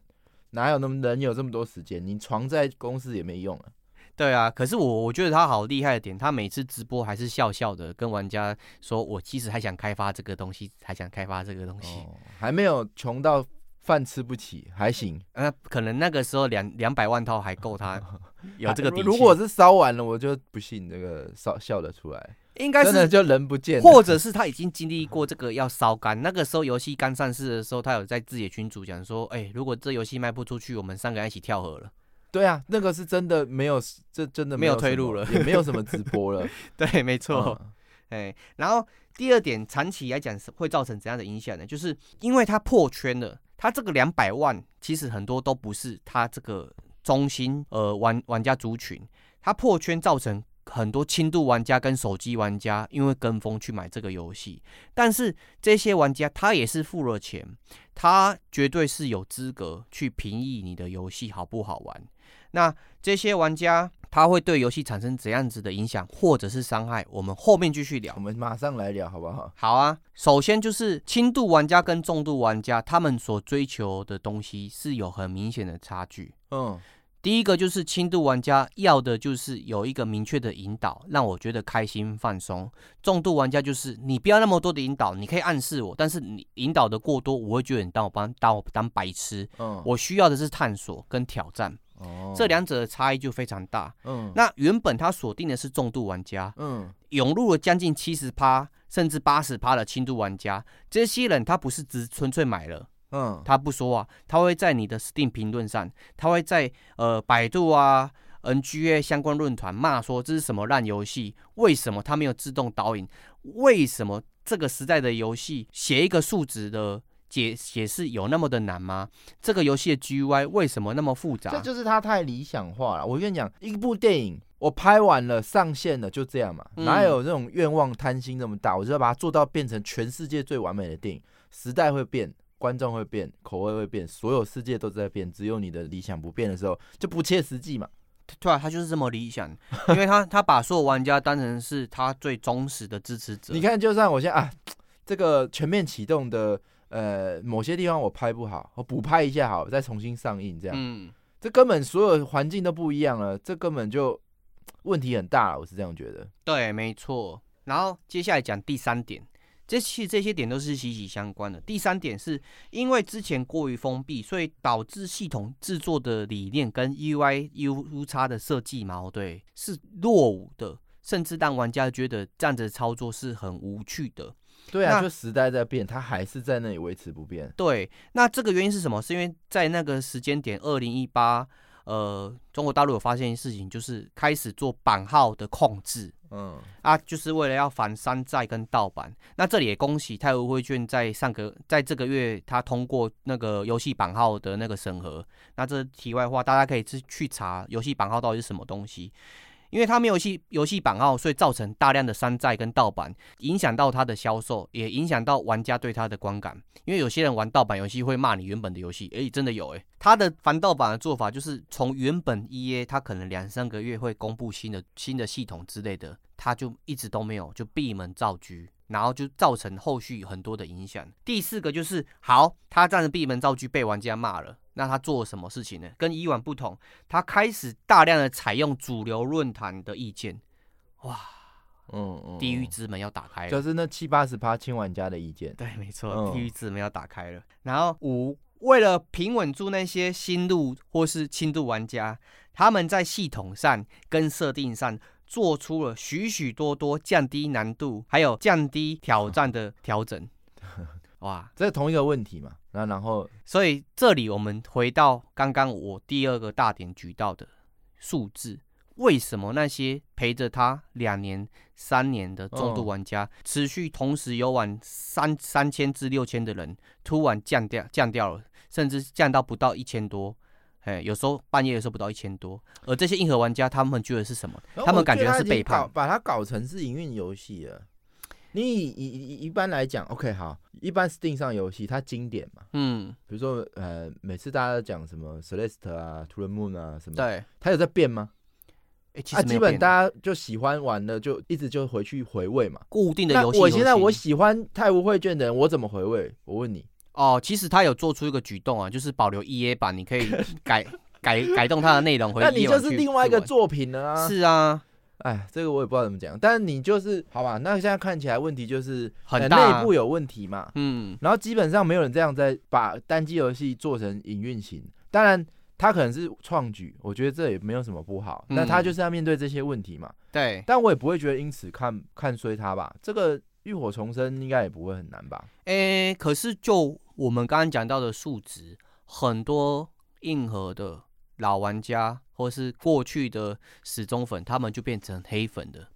哪有那么人有这么多时间？你床在公司也没用啊。对啊，可是我我觉得他好厉害的点，他每次直播还是笑笑的跟玩家说，我其实还想开发这个东西，还想开发这个东西。哦，还没有穷到饭吃不起，还行。那可能那个时候两两百万套还够 *laughs* 他有这个底气。如果是烧完了，我就不信这个烧笑得出来，应该真的是，就人不见了。或者是他已经经历过这个要烧干。那个时候游戏刚上市的时候，他有在自己的群组讲说，哎、如果这游戏卖不出去，我们三个人一起跳河了。 *laughs* 对啊，那个是真的没有，这真的有没有退路什么了也没有什么直播了。 *laughs* 对，没 *laughs* 错。嗯哎，然后第二点，长期来讲是会造成怎样的影响呢？就是因为它破圈了，它这个两百万其实很多都不是它这个中心呃玩玩家族群，它破圈造成。很多轻度玩家跟手机玩家因为跟风去买这个游戏，但是这些玩家他也是付了钱，他绝对是有资格去评议你的游戏好不好玩。那这些玩家他会对游戏产生怎样子的影响或者是伤害，我们后面继续聊我。们马上来聊好不好？好啊，首先就是轻度玩家跟重度玩家，他们所追求的东西是有很明显的差距。嗯，第一个就是轻度玩家要的就是有一个明确的引导，让我觉得开心放松；重度玩家就是你不要那么多的引导，你可以暗示我，但是你引导的过多，我会觉得你当我帮当我当白痴。嗯，我需要的是探索跟挑战，哦这两者的差异就非常大。嗯那原本他锁定的是重度玩家，嗯涌入了将近七十趴甚至八十趴的轻度玩家，这些人他不是只纯粹买了，嗯，他不说啊，他会在你的 Steam 评论上，他会在呃百度啊。NGA 相关论坛骂说这是什么烂游戏？为什么它没有自动导引？为什么这个时代的游戏写一个数值的解解释有那么的难吗？这个游戏的 GUI 为什么那么复杂？这就是他太理想化了。我跟你讲，一部电影我拍完了上线了，就这样嘛，嗯哪有那种愿望贪心那么大？我就要把它做到变成全世界最完美的电影。时代会变，观众会变，口味会变，所有世界都在变，只有你的理想不变的时候，就不切实际嘛。对啊，他就是这么理想，因为他他把所有玩家当成是他最忠实的支持者。 *laughs* 你看，就算我现在啊，这个全面启动的呃某些地方我拍不好，我补拍一下好，再重新上映这样，嗯，这根本所有环境都不一样了，这根本就问题很大了，我是这样觉得。对，没错。然后接下来讲第三点，这其实这些点都是息息相关的。第三点是因为之前过于封闭，所以导致系统制作的理念跟 UI、U 叉的设计矛盾是落伍的，甚至让玩家觉得这样子的操作是很无趣的。对啊，那就时代在变，它还是在那里维持不变。对，那这个原因是什么？是因为在那个时间点，二零一八，呃，中国大陆有发现一事情，就是开始做版号的控制嗯，啊，就是为了要反山寨跟盗版。那这里也恭喜泰晤会券在上个在这个月，它通过那个游戏版号的那个审核。那这题外话，大家可以去去查游戏版号到底是什么东西。因为它没有游戏游戏版号，所以造成大量的山寨跟盗版，影响到它的销售，也影响到玩家对它的观感。因为有些人玩盗版游戏会骂你原本的游戏，诶，真的有诶。它的反盗版的做法就是从原本 EA 它可能两三个月会公布新的新的系统之类的，它就一直都没有，就闭门造车。然后就造成后续很多的影响。第四个就是，好，他这样子闭门造车被玩家骂了，那他做了什么事情呢？跟以往不同，他开始大量的采用主流论坛的意见，哇，嗯嗯，地狱之门要打开了。就是那七八十趴亲玩家的意见。对，没嗯错，地狱之门要打开了。然后五，为了平稳住那些新入或是轻度玩家，他们在系统上跟设定上做出了许许多多降低难度，还有降低挑战的调整。哇，这同一个问题嘛，那然后所以这里我们回到刚刚我第二个大点举到的数字，为什么那些陪着他两年、三年的重度玩家，嗯持续同时游玩三三千至六千的人，突然降掉降掉了，甚至降到不到一千多？哎，有时候半夜的时候不到一千多，而这些硬核玩家他们觉得是什么？他们感觉我是背叛觉得他已经搞，把它搞成是营运游戏了。你以以以一般来讲，OK 好，一般 Steam 上游戏它经典嘛，嗯，比如说呃，每次大家都讲什么 Celeste 啊、To the Moon 啊什么，，对，它有在变吗？哎，其啊，实没基有本变啊大家就喜欢玩的，就一直就回去回味嘛。固定的那游戏游我戏。现在我喜欢太无绘卷的人，我怎么回味？我问你，哦，其实他有做出一个举动啊，就是保留 E A 版，你可以 *laughs* 改改改动它的内容回 EA 那版去。你就是另外一个去作品了啊玩。。是啊，哎，这个我也不知道怎么讲，但你就是好吧？那现在看起来问题就是很呃内、大啊部有问题嘛，嗯，然后基本上没有人这样在把单机游戏做成营运型，当然。他可能是创举，我觉得这也没有什么不好。那他嗯就是要面对这些问题嘛，对。但我也不会觉得因此看看衰他吧。这个浴火重生应该也不会很难吧？诶、可是就我们刚刚讲到的数值，很多硬核的老玩家或是过去的死忠粉，他们就变成黑粉的。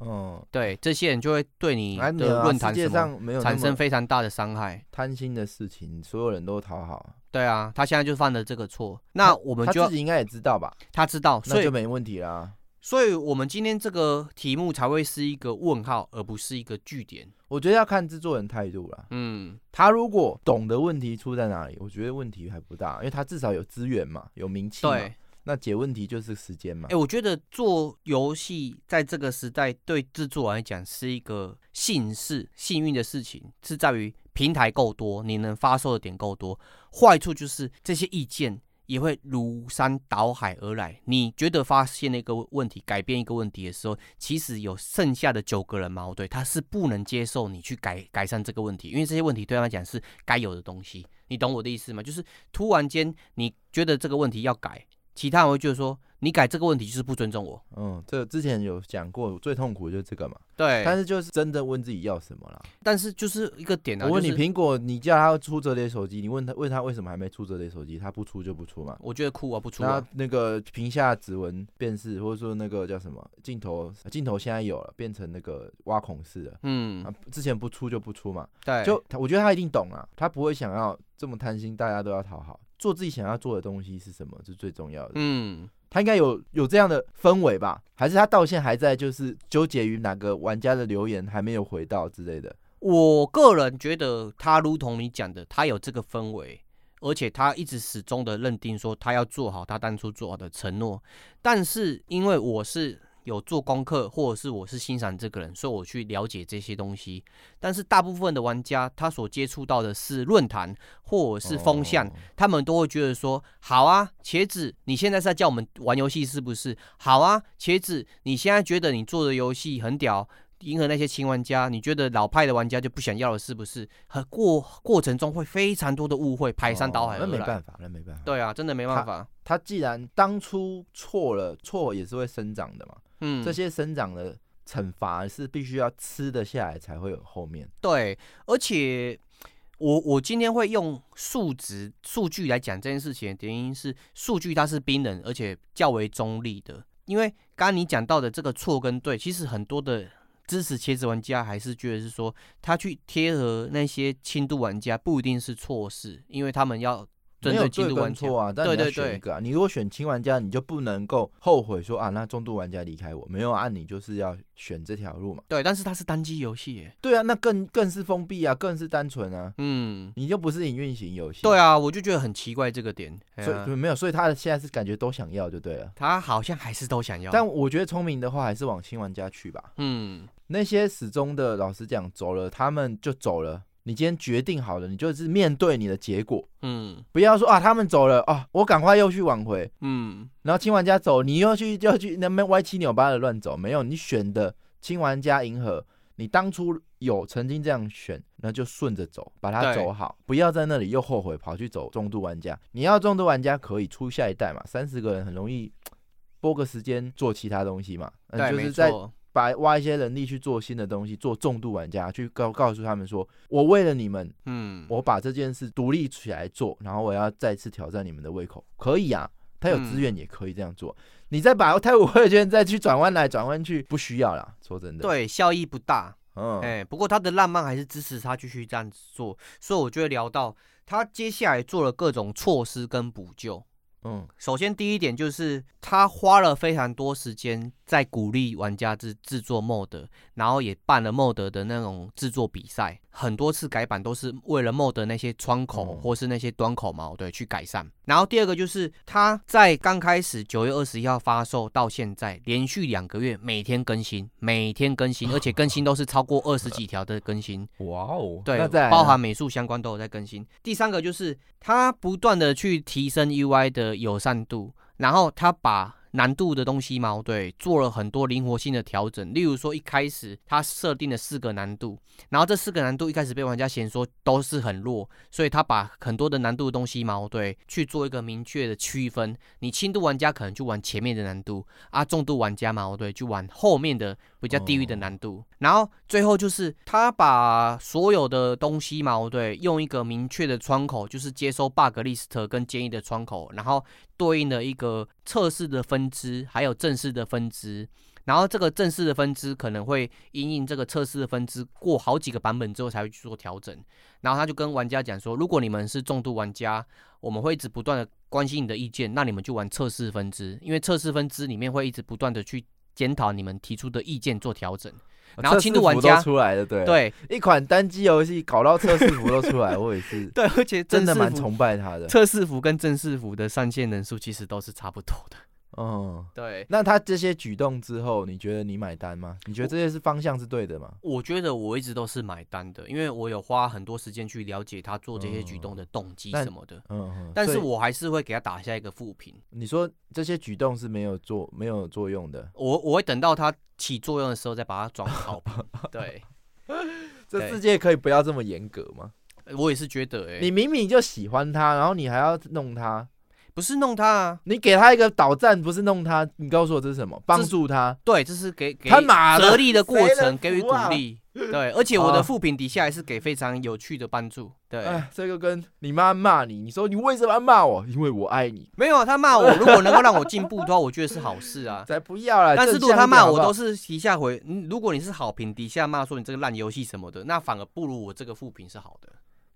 嗯，对，这些人就会对你哎没有的啊论坛世界什么上没有那产生么非常大的伤害。贪心的事情，所有人都讨好。对啊，他现在就犯了这个错，那我们就他要自己应该也知道吧？他知道，所那以就没问题啦。所以我们今天这个题目才会是一个问号，而不是一个句点。我觉得要看制作人态度啦。嗯，他如果懂得问题出在哪里，我觉得问题还不大，因为他至少有资源嘛，有名气对。嘛。哎、那解问题就是时间嘛。我觉得做游戏在这个时代对制作来讲是一个幸事、幸运的事情，是在于平台够多，你能发售的点够多。坏处就是这些意见也会如山倒海而来。你觉得发现了一个问题，改变一个问题的时候，其实有剩下的九个人矛盾，他是不能接受你去改改善这个问题，因为这些问题对他来讲是该有的东西。你懂我的意思吗？就是突然间你觉得这个问题要改，其他人会觉得说你改这个问题就是不尊重我。嗯，这之前有讲过，最痛苦就是这个嘛。对但是就是真的问自己要什么啦。但是就是一个点啊，我问你，就是苹果，你叫他出折叠手机，你问他问他为什么还没出折叠手机，他不出就不出嘛。我觉得哭啊不出那啊，那个屏下指纹辨识，或者说那个叫什么镜头，镜头现在有了，变成那个挖孔式的。嗯，啊，之前不出就不出嘛，对，就他我觉得他一定懂啊，他不会想要这么贪心，大家都要讨好，做自己想要做的东西是什么是最重要的。嗯，他应该有有这样的氛围吧？还是他到现在还在就是纠结于哪个玩家的留言还没有回到之类的？我个人觉得，他如同你讲的，他有这个氛围，而且他一直始终的认定说他要做好他当初做好的承诺。但是因为我是有做功课，或者是我是欣赏这个人，所以我去了解这些东西。但是大部分的玩家，他所接触到的是论坛或者是风向，哦他们都会觉得说：好啊，茄子，你现在是在叫我们玩游戏是不是？好啊，茄子，你现在觉得你做的游戏很屌，迎合那些新玩家，你觉得老派的玩家就不想要了是不是？和过过程中会非常多的误会，排山倒哦海而那来。没办法，那没办法。对啊，真的没办法。他既然当初错了，错也是会生长的嘛。嗯，这些生长的惩罚是必须要吃得下来才会有后面。对，而且我我今天会用数值数据来讲这件事情的原因是，数据它是冰冷而且较为中立的，因为刚刚你讲到的这个错跟对，其实很多的。支持茄子玩家还是觉得是说，他去贴合那些轻度玩家不一定是错事，因为他们要针没有对轻对度跟玩家。错啊，但你对要对选对一个啊。你如果选轻玩家，你就不能够后悔说啊，那重度玩家离开我。没有啊，你就是要选这条路嘛。对，但是它是单机游戏耶。对啊，那更更是封闭啊，更是单纯啊，嗯，你就不是营运型游戏。对，啊，我就觉得很奇怪这个点。哎所呀以没有，所以他现在是感觉都想要就对了。他好像还是都想要。但我觉得聪明的话，还是往新玩家去吧。嗯，那些始终的，老实讲，走了他们就走了。你今天决定好了，你就是面对你的结果，嗯不要说啊他们走了啊，我赶快又去挽回，嗯，然后亲玩家走，你又去又去那边歪七扭八的乱走，没有你选的亲玩家迎合，你当初有曾经这样选，那就顺着走，把它对走好，不要在那里又后悔跑去走重度玩家。你要重度玩家可以出下一代嘛，三十个人很容易。拨个时间做其他东西嘛，对，嗯，就没是在错把挖一些人力去做新的东西，做重度玩家去告告诉他们说，我为了你们，嗯，我把这件事独立起来做，然后我要再次挑战你们的胃口，可以啊。他有嗯资源也可以这样做，你再把太武会圈再去转弯来转弯去，不需要啦。说真的，，对效益不大，嗯，哎、不过他的浪漫还是支持他继续这样子做，所以我就会聊到他接下来做了各种措施跟补救。嗯，首先第一点就是他花了非常多时间在鼓励玩家制制作 mod，然后也办了 mod 的那种制作比赛，很多次改版都是为了 mod 那些窗口嗯或是那些端口嘛，对，去改善。然后第二个就是他在刚开始九月二十一号发售到现在，连续两个月每天更新，每天更新，而且更新都是超过二十几条的更新。哇哦，对那再来，包含美术相关都有在更新。第三个就是它不断的去提升 UI 的友善度，然后它把难度的东西嘛，对，做了很多灵活性的调整。例如说一开始它设定了四个难度，然后这四个难度一开始被玩家嫌说都是很弱，所以他把很多的难度的东西嘛，哦对，去做一个明确的区分。你轻度玩家可能就玩前面的难度，啊，重度玩家嘛，对，就玩后面的比较地狱的难度。然后最后就是他把所有的东西嘛，哦对，用一个明确的窗口，就是接收 bug list 跟建议的窗口，然后对应的一个测试的分支，还有正式的分支。然后这个正式的分支可能会因应这个测试的分支过好几个版本之后才会去做调整。然后他就跟玩家讲说，如果你们是重度玩家，我们会一直不断的关心你的意见，那你们就玩测试分支，因为测试分支里面会一直不断的去检讨你们提出的意见做调整。呃，然后测轻试度玩服都家出来了，对，， *laughs* 对一款单机游戏搞到测试服都出 *laughs* 来，我也是对，而且真的正式蛮服崇拜他的，测试服跟正式服的上线人数其实都是差不多的。嗯。 *laughs* 对，那他这些举动之后，你觉得你买单吗？你觉得这些是方向是对的吗？我觉得我一直都是买单的，因为我有花很多时间去了解他做这些举动的动机但什么的。嗯，嗯但是所以我还是会给他打下一个负评，你说这些举动是没有作没有作用的，我我会等到它起作用的时候再把它转为 *laughs* 好评。对，这对世界可以不要这么严格吗？我也是觉得、欸，你明明就喜欢他，然后你还要弄他，不是弄他啊，你给他一个导弹，不是弄他，你告诉我这是什么？帮助他？对，这是给给他妈的合力的过谁能程，给予服鼓啊励。对，而且我啊的副评底下还是给非常有趣的帮助。对，哎，这个跟你妈骂你，你说你为什么要骂我？因为我爱你，没有啊他骂我，如果能够让我进步的话，我觉得是好 *laughs* 事啊。才不要啦。但是如哎正果向他一点骂好不我好都是底下回，嗯如果你是好评底下骂说你这个烂游戏什么的，那反而不如我这个负评是好的。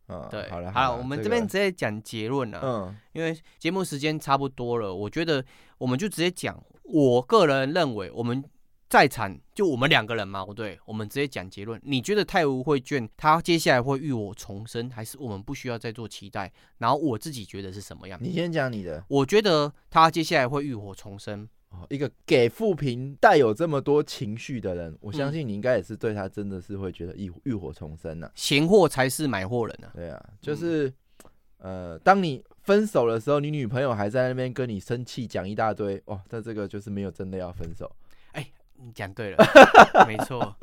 嗯，对，好了好好了，我们这边个直接讲结论啊了、嗯因为节目时间差不多了，我觉得我们就直接讲，我个人认为我们。在场就我们两个人嘛，对，我们直接讲结论。你觉得泰晤会卷他接下来会浴火重生，还是我们不需要再做期待？然后我自己觉得是什么样？你先讲你的。我觉得他接下来会浴火重生，哦，一个给富平带有这么多情绪的人，我嗯相信你应该也是对他真的是会觉得浴浴火重生啊呐、闲货才是买货人啊。对啊，就是、呃，当你分手的时候，你女朋友还在那边跟你生气讲一大堆，哇，那这个就是没有真的要分手。你讲对了， *laughs* 没 *laughs* 错，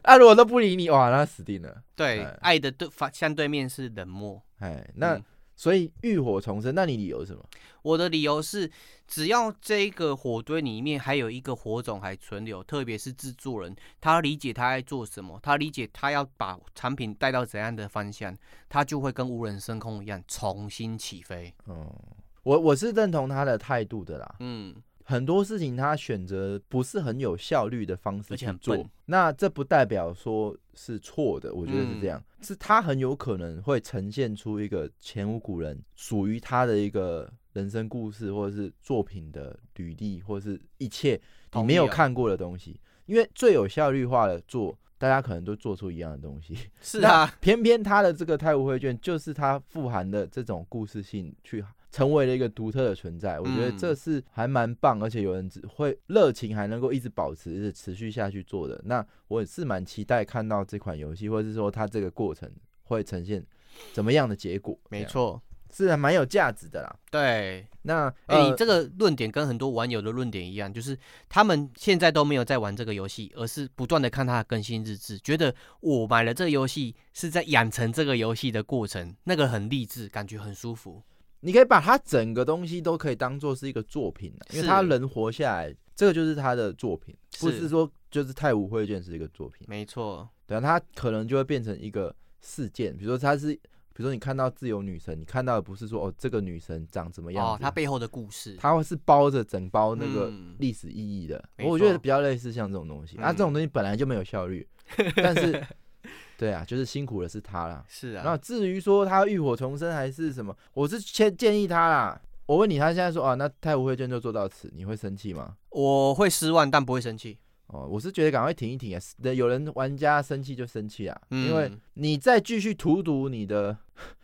啊，如果都不理你，哇，那死定了。对哎，爱的对反相对面是冷漠。哎，那、嗯所以浴火重生，那你理由是什么？我的理由是，只要这个火堆里面还有一个火种还存留，特别是制作人，他理解他在做什么，他理解他要把产品带到怎样的方向，他就会跟无人升空一样重新起飞。嗯，我我是认同他的态度的啦。嗯，很多事情他选择不是很有效率的方式而去且很做笨，那这不代表说是错的，我觉得是这样，嗯是他很有可能会呈现出一个前无古人属于他的一个人生故事，或者是作品的履历，或者是一切你没有同意啊看过的东西，因为最有效率化的做。大家可能都做出一样的东西，是啊，偏偏他的这个泰晤会卷，就是他富含的这种故事性，去成为了一个独特的存在。我觉得嗯这是还蛮棒，而且有人只会热情，还能够一直保持、一直持续下去做的。那我也是蛮期待看到这款游戏，或者是说它这个过程会呈现怎么样的结果。没，错，是还蛮有价值的啦。对。那哎、呃你这个论点跟很多网友的论点一样，就是他们现在都没有在玩这个游戏，而是不断的看它的更新日志，觉得我买了这个游戏是在养成这个游戏的过程，那个很励志，感觉很舒服。你可以把它整个东西都可以当做是一个作品啊、因为是他人活下来，这个就是他的作品，不是是说就是泰晤会卷是一个作品。没错，对啊，它可能就会变成一个事件，比如说它是，比如说你看到自由女神，你看到的不是说哦这个女神长怎么样哦，子它背后的故事，它会是包着整包那个嗯历史意义的，没我觉得错比较类似像这种东西，啊嗯这种东西本来就没有效 *laughs* 率，但是对啊，就是辛苦的是他啦。是啊，那至于说他浴火重生还是什么，我是建建议他啦。我问你，他现在说啊，那太无会卷就做到此，你会生气吗？我会失望，但不会生气。哦，我是觉得赶快停一停啊！是有人玩家生气就生气啊，嗯因为你再继续荼毒你的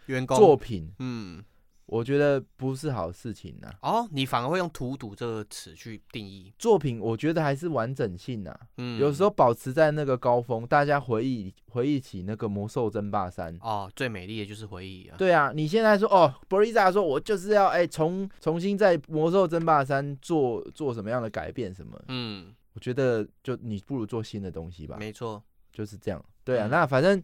员工作品，嗯，我觉得不是好事情呐、哦，你反而会用“荼毒”这个词去定义。作品我觉得还是完整性呐、嗯，有时候保持在那个高峰，大家回忆回忆起那个魔兽争霸三。哦，最美丽的就是回忆啊。对啊，你现在说哦，Brisa 说我就是要哎重重新在魔兽争霸三做做什么样的改变什么，嗯，我觉得就你不如做新的东西吧。没错，就是这样。对啊，嗯那反正，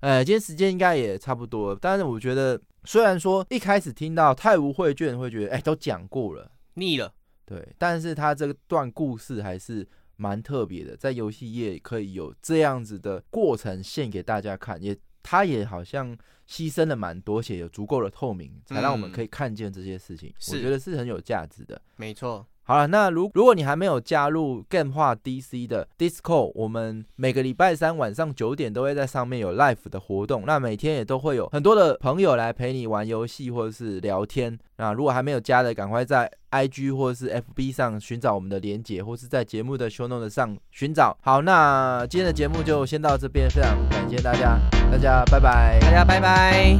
呃，今天时间应该也差不多了。但是我觉得，虽然说一开始听到太无会卷会觉得，哎、都讲过了，腻了。对，但是他这段故事还是蛮特别的，在游戏业可以有这样子的过程献给大家看，也他也好像牺牲了蛮多，而且有足够的透明，才让我们嗯可以看见这些事情。我是觉得是很有价值的。没错，好了，那如如果你还没有加入 Game 化 DC 的 Discord，我们每个礼拜三晚上九点都会在上面有 live 的活动，那每天也都会有很多的朋友来陪你玩游戏或者是聊天。那如果还没有加的，赶快在 IG 或者是 FB 上寻找我们的连结，或是在节目的 show note 上寻找。好，那今天的节目就先到这边，非常感谢大家，大家拜拜。大家拜拜。